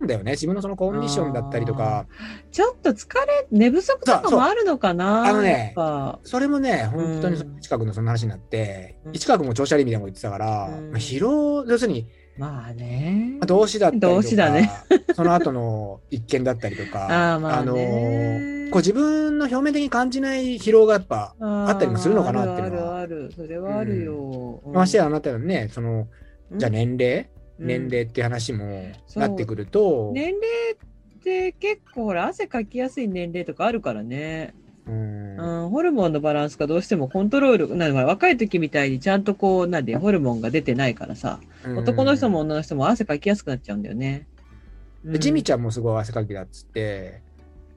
B: だよね、自分のそのコンディションだったりとか、
A: ちょっと疲れ、寝不足と
B: そう
A: か
B: そう
A: もあるのかな
B: あのね
A: やっぱ
B: それもね、本当に
A: うん
B: 近くのその話になって
A: う、ん
B: 近くも調子悪いみたいなこと言ってたから、
A: うん
B: まあ疲労、要するに
A: まあね。
B: まあ動詞だったりとか、
A: 動詞だね
B: その後の一見だったりとか、
A: あーまあね
B: のーこう自分の表面的に感じない疲労がやっぱ、
A: あ
B: あったりもするのかなっていうのは
A: あるあるある、それはあるよ。
B: まして
A: や
B: やあなたのね、その、じゃあ年齢、年齢っていう話も
A: そう
B: なってくると、
A: 年齢って結構ほら汗かきやすい年齢とかあるからね、
B: うん
A: うんホルモンのバランスがどうしてもコントロールなんか若い時みたいにちゃんとこうなんでホルモンが出てないからさ男の人も女の人も汗かきやすくなっちゃうんだよね。
B: うんジミー
A: ゃ
B: ちゃんもすごい汗かきだっつって、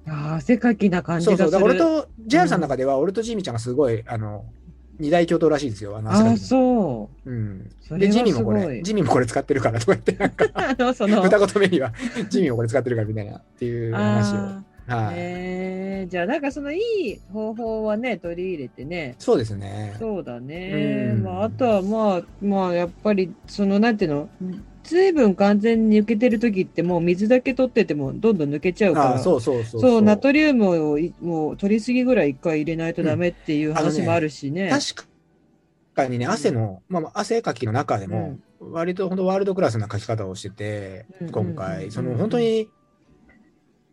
A: ん。汗かきな感じ
B: そう
A: がす
B: そ
A: る。
B: う、だから俺と、JR さんの中では、俺とジミーちゃんがすごい、あの、二大共闘らしいですよ、あの汗
A: あ
B: か
A: あ、
B: きの。。
A: そう
B: ん。
A: それ
B: で、
A: は
B: ジミーもこ
A: すご
B: れ、
A: い
B: ジミーもこれ使ってるからとか言って、なんか
A: う。、あの、その、
B: 二言目には、 ジミーもこれ使ってるからみたいなっていう話を。
A: ああ、
B: はい。
A: へえじゃあなんかそのいい方法はね、取り入れてね、
B: そうですね。
A: そうだね、
B: うん
A: まあ、あとはまあまあやっぱりそのなんていうの随分完全に抜けてる時ってもう水だけ取っててもどんどん抜けちゃうから
B: あそうそうそう。
A: そうナトリウムをいもう取りすぎぐらい一回入れないとダメっていう
B: あの
A: 話
B: ね
A: もあるしね。
B: 確かにね、汗の、まあまあ、汗かきの中でも、割と本当ワールドクラスな書き方をしてて
A: うん、
B: 今
A: うんうんう
B: 回、
A: ん
B: その本当に、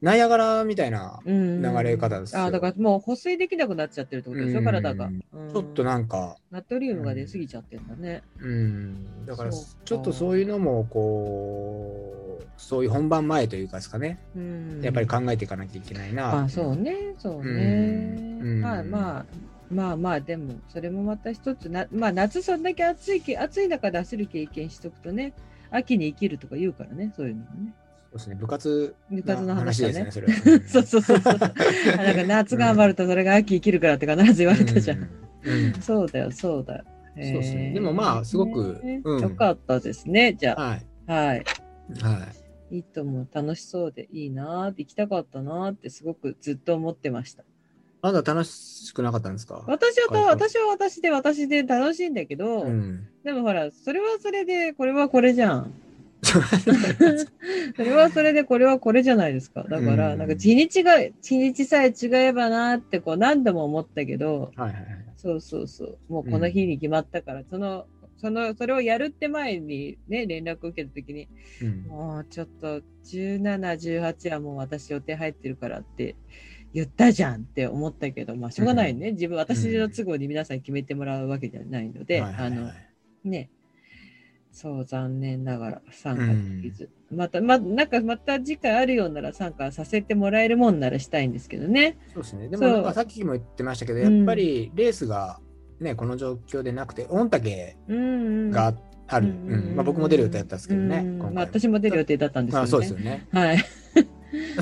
B: ナイアガラみたいな、
A: うん
B: 流れ方ですよ
A: あだからもう保水できなくなっちゃってるってことでしょ、
B: うん
A: 体が、
B: ちょっと
A: な
B: なんか、
A: ナトリウムが出すぎちゃってるんだね。
B: うん、だから
A: そうか
B: ちょっとそういうのもこうそういう本番前というかですかね、
A: うん、
B: やっぱり考えていかなきゃいけないな
A: まあそうね、そうね
B: うんうん。
A: まあまあ、まあまあ、でも、それもまた一つな、まあ夏そんだけ暑いけ、暑い中で走る経験しとくとね、秋に生きるとか言うからね、そういうのもね。
B: そうですね部活
A: 部活の話
B: な
A: だ
B: です
A: ね。
B: ねそれは、
A: そうそうそうそう。あなんか夏頑張るとそれが秋生きるからって必ず言われたじゃん。
B: うん、うん
A: そうだよ、そうだよ。そう
B: そうですねでもまあすごくうん
A: よかったですね、じゃ
B: はい
A: あ。はい。
B: はい
A: いいとも楽しそうでいいなーって、行きたかったなーってすごくずっと思ってました。
B: あなた楽しくなかったんですか
A: 私は
B: は
A: た
B: い
A: 私は私で私で楽しいんだけど、
B: うん
A: でもほらそれはそれでこれはこれじゃんそれはそれでこれはこれじゃないですかだから、
B: うん
A: なんか日にちが日にちさえ違えばなってこう何度も思ったけど
B: はいはいはい
A: そうそうそうもうこの日に決まったから、そのそのそれをやるって前にね連絡を受けた時に
B: うん
A: もうちょっと1718はもう私予定入ってるからって言ったじゃんって思ったけど、まあしょうがないね。自分、私の都合に皆さんに決めてもらうわけじゃないので、
B: はいは
A: あ
B: いはい
A: の、ね、そう残念ながら参加できず。また、ま、なんかまた次回あるようなら参加させてもらえるもんならしたいんですけどね。
B: そうですねでも
A: そう
B: なんかさっきも言ってましたけどや
A: うん
B: っぱりレースがねこの状況でなくて御嶽
A: うん、うん。
B: がある、
A: うん
B: うんまあ、僕も出る予定だったんですけどね、
A: うん
B: 今回
A: まあ私も出る予定だったんですけど
B: あ
A: ね。
B: そうですよね
A: はい。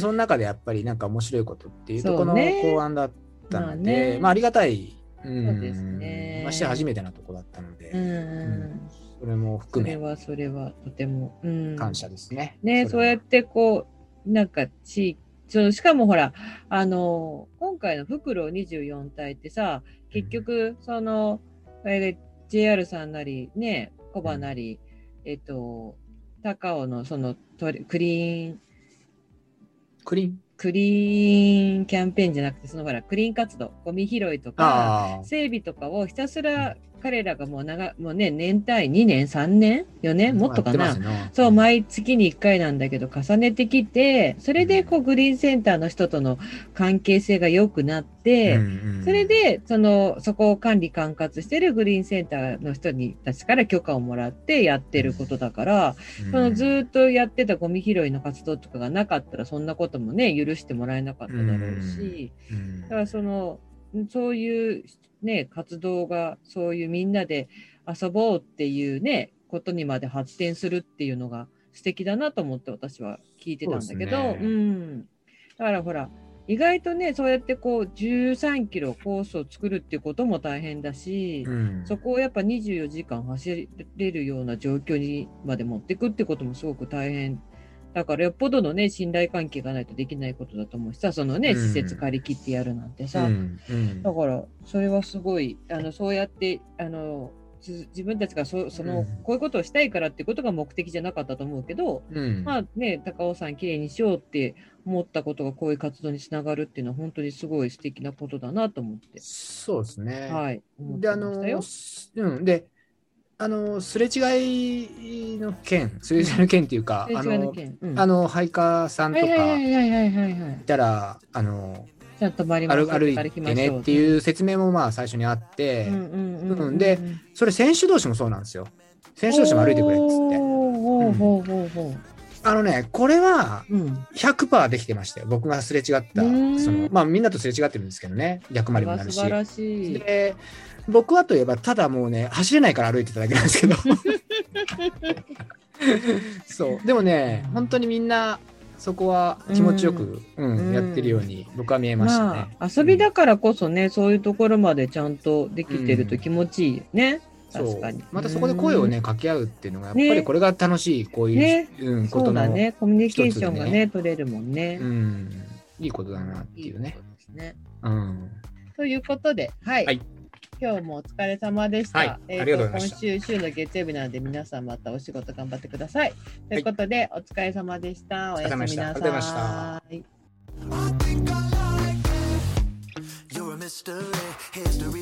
B: その中でやっぱりなんか面白いことっていうとこ
A: そ
B: の
A: うね
B: 考案だった
A: まあ
B: ので、
A: ね
B: まあありがたい、うん
A: そうですね
B: まして初めてなとこだったので、
A: うん
B: んそれ
A: そ
B: も含
A: れ
B: め
A: はそれはとても、うん、
B: 感謝ですね。
A: ね、そうやっててこう、なんか地域、そのしかもほら、あの、今回のフロ24体ってさ、結局、その、えー JR さんなり、ね、コバなり、えっと、高尾のそのトリクリーン、
B: クリーン
A: クリーンキャンペーンじゃなくて、そのほら、クリーン活動、ゴミ拾いとか、
B: ああ
A: 整備とかをひたすら彼らがもう長、もうね、年単位2年、3年 ?4 年もっとか
B: や
A: な
B: て。ますよ
A: そう、毎月に1回なんだけど、重ねてきて、それで、こう、グリーンセンターの人との関係性が良くなって、
B: うんうん
A: それで、その、そこを管理管轄してるグリーンセンターの人に、たちから許可をもらってやってることだから、
B: うん
A: そのずーっとやってたゴミ拾いの活動とかがなかったら、そんなこともね、許してもらえなかっただろうし、
B: うん
A: だからその、そういうね、活動が、そういうみんなで遊ぼうっていうね、ことにまで発展するっていうのが素敵だなと思って私は聞いてたんだけど、
B: そう
A: う
B: ですね
A: ん。だからほら、意外とね、そうやってこう13キロコースを作るっていうことも大変だし、
B: うん
A: そこをやっぱ24時間走れるような状況にまで持っていくってこともすごく大変。だからよっぽどのね、信頼関係がないとできないことだと思うしさ、そのね、
B: うん
A: 施設借り切ってやるなんてさ、
B: うんうん
A: だからそれはすごい、あの、そうやって、あの、つ自分たちがそその、
B: うん
A: こういうことをしたいからってことが目的じゃなかったと思うけど、
B: うん
A: まあね、高尾山きれいにしようって思ったことがこういう活動につながるっていうのは本当にすごい素敵なことだなと思って。
B: そうですね。
A: はい。思って
B: で、あ
A: ました
B: の
A: よ、
B: すうん、で、あの、すれ違いの件、すれ違いの件っていうか、あ
A: すれ違いの
B: の、
A: 件うん
B: あの、ハイカーさんと
A: は
B: か、
A: いはいはいいはいはいはいはい。
B: たら、あの、
A: ちゃんと回りましょ
B: 歩
A: う
B: 歩い
A: 歩
B: て
A: きましょ
B: ね
A: う
B: っていう説明もまあ最初にあって、
A: うんうんうん
B: うんでそれ選手同士もそうなんですよ。選手同士も歩いてくれっつって。
A: おーほうほうほうほ
B: あのね、これは
A: う。うん。
B: 100%できてましたよ。僕がすれ違った。そ
A: うん
B: のまあみんなとすれ違ってるんですけどね、役
A: こ
B: 回
A: れ
B: りも
A: は
B: なる
A: 素
B: し。
A: 晴らしい。
B: で僕はといえばただもうね走れないから歩いてただけなん ですけどそうでもね本当にみんなそこは気持ちよく、うん
A: うん
B: やってるように僕は見えましたね
A: ま、あ、遊びだからこそね、そういうところまでちゃんとできてると気持ちいいよね。
B: そ
A: 確
B: う
A: かに
B: またそこで声をね掛け合うっていうのがやっぱ
A: ね
B: りこれが楽しいこういう、
A: ね
B: うん、こ
A: そ
B: と
A: う
B: の
A: だね。コミュニケーションが
B: 一つ
A: ね、
B: で
A: 取れるもんね
B: う。ん、いいことだなっていうね
A: いことですね。
B: うん
A: ということで、はい。
B: はい
A: 今日もお疲れ様でした。
B: はい
A: えー
B: ありがとうございました
A: 今週週の月曜日なので皆さんまたお仕事頑張ってください。ということで、お疲れ様でした。おやすみ
B: お疲れ様でした
A: な
B: ありがとう
A: さ
B: ございま
A: い。
D: I think I like it. You're a mystery, history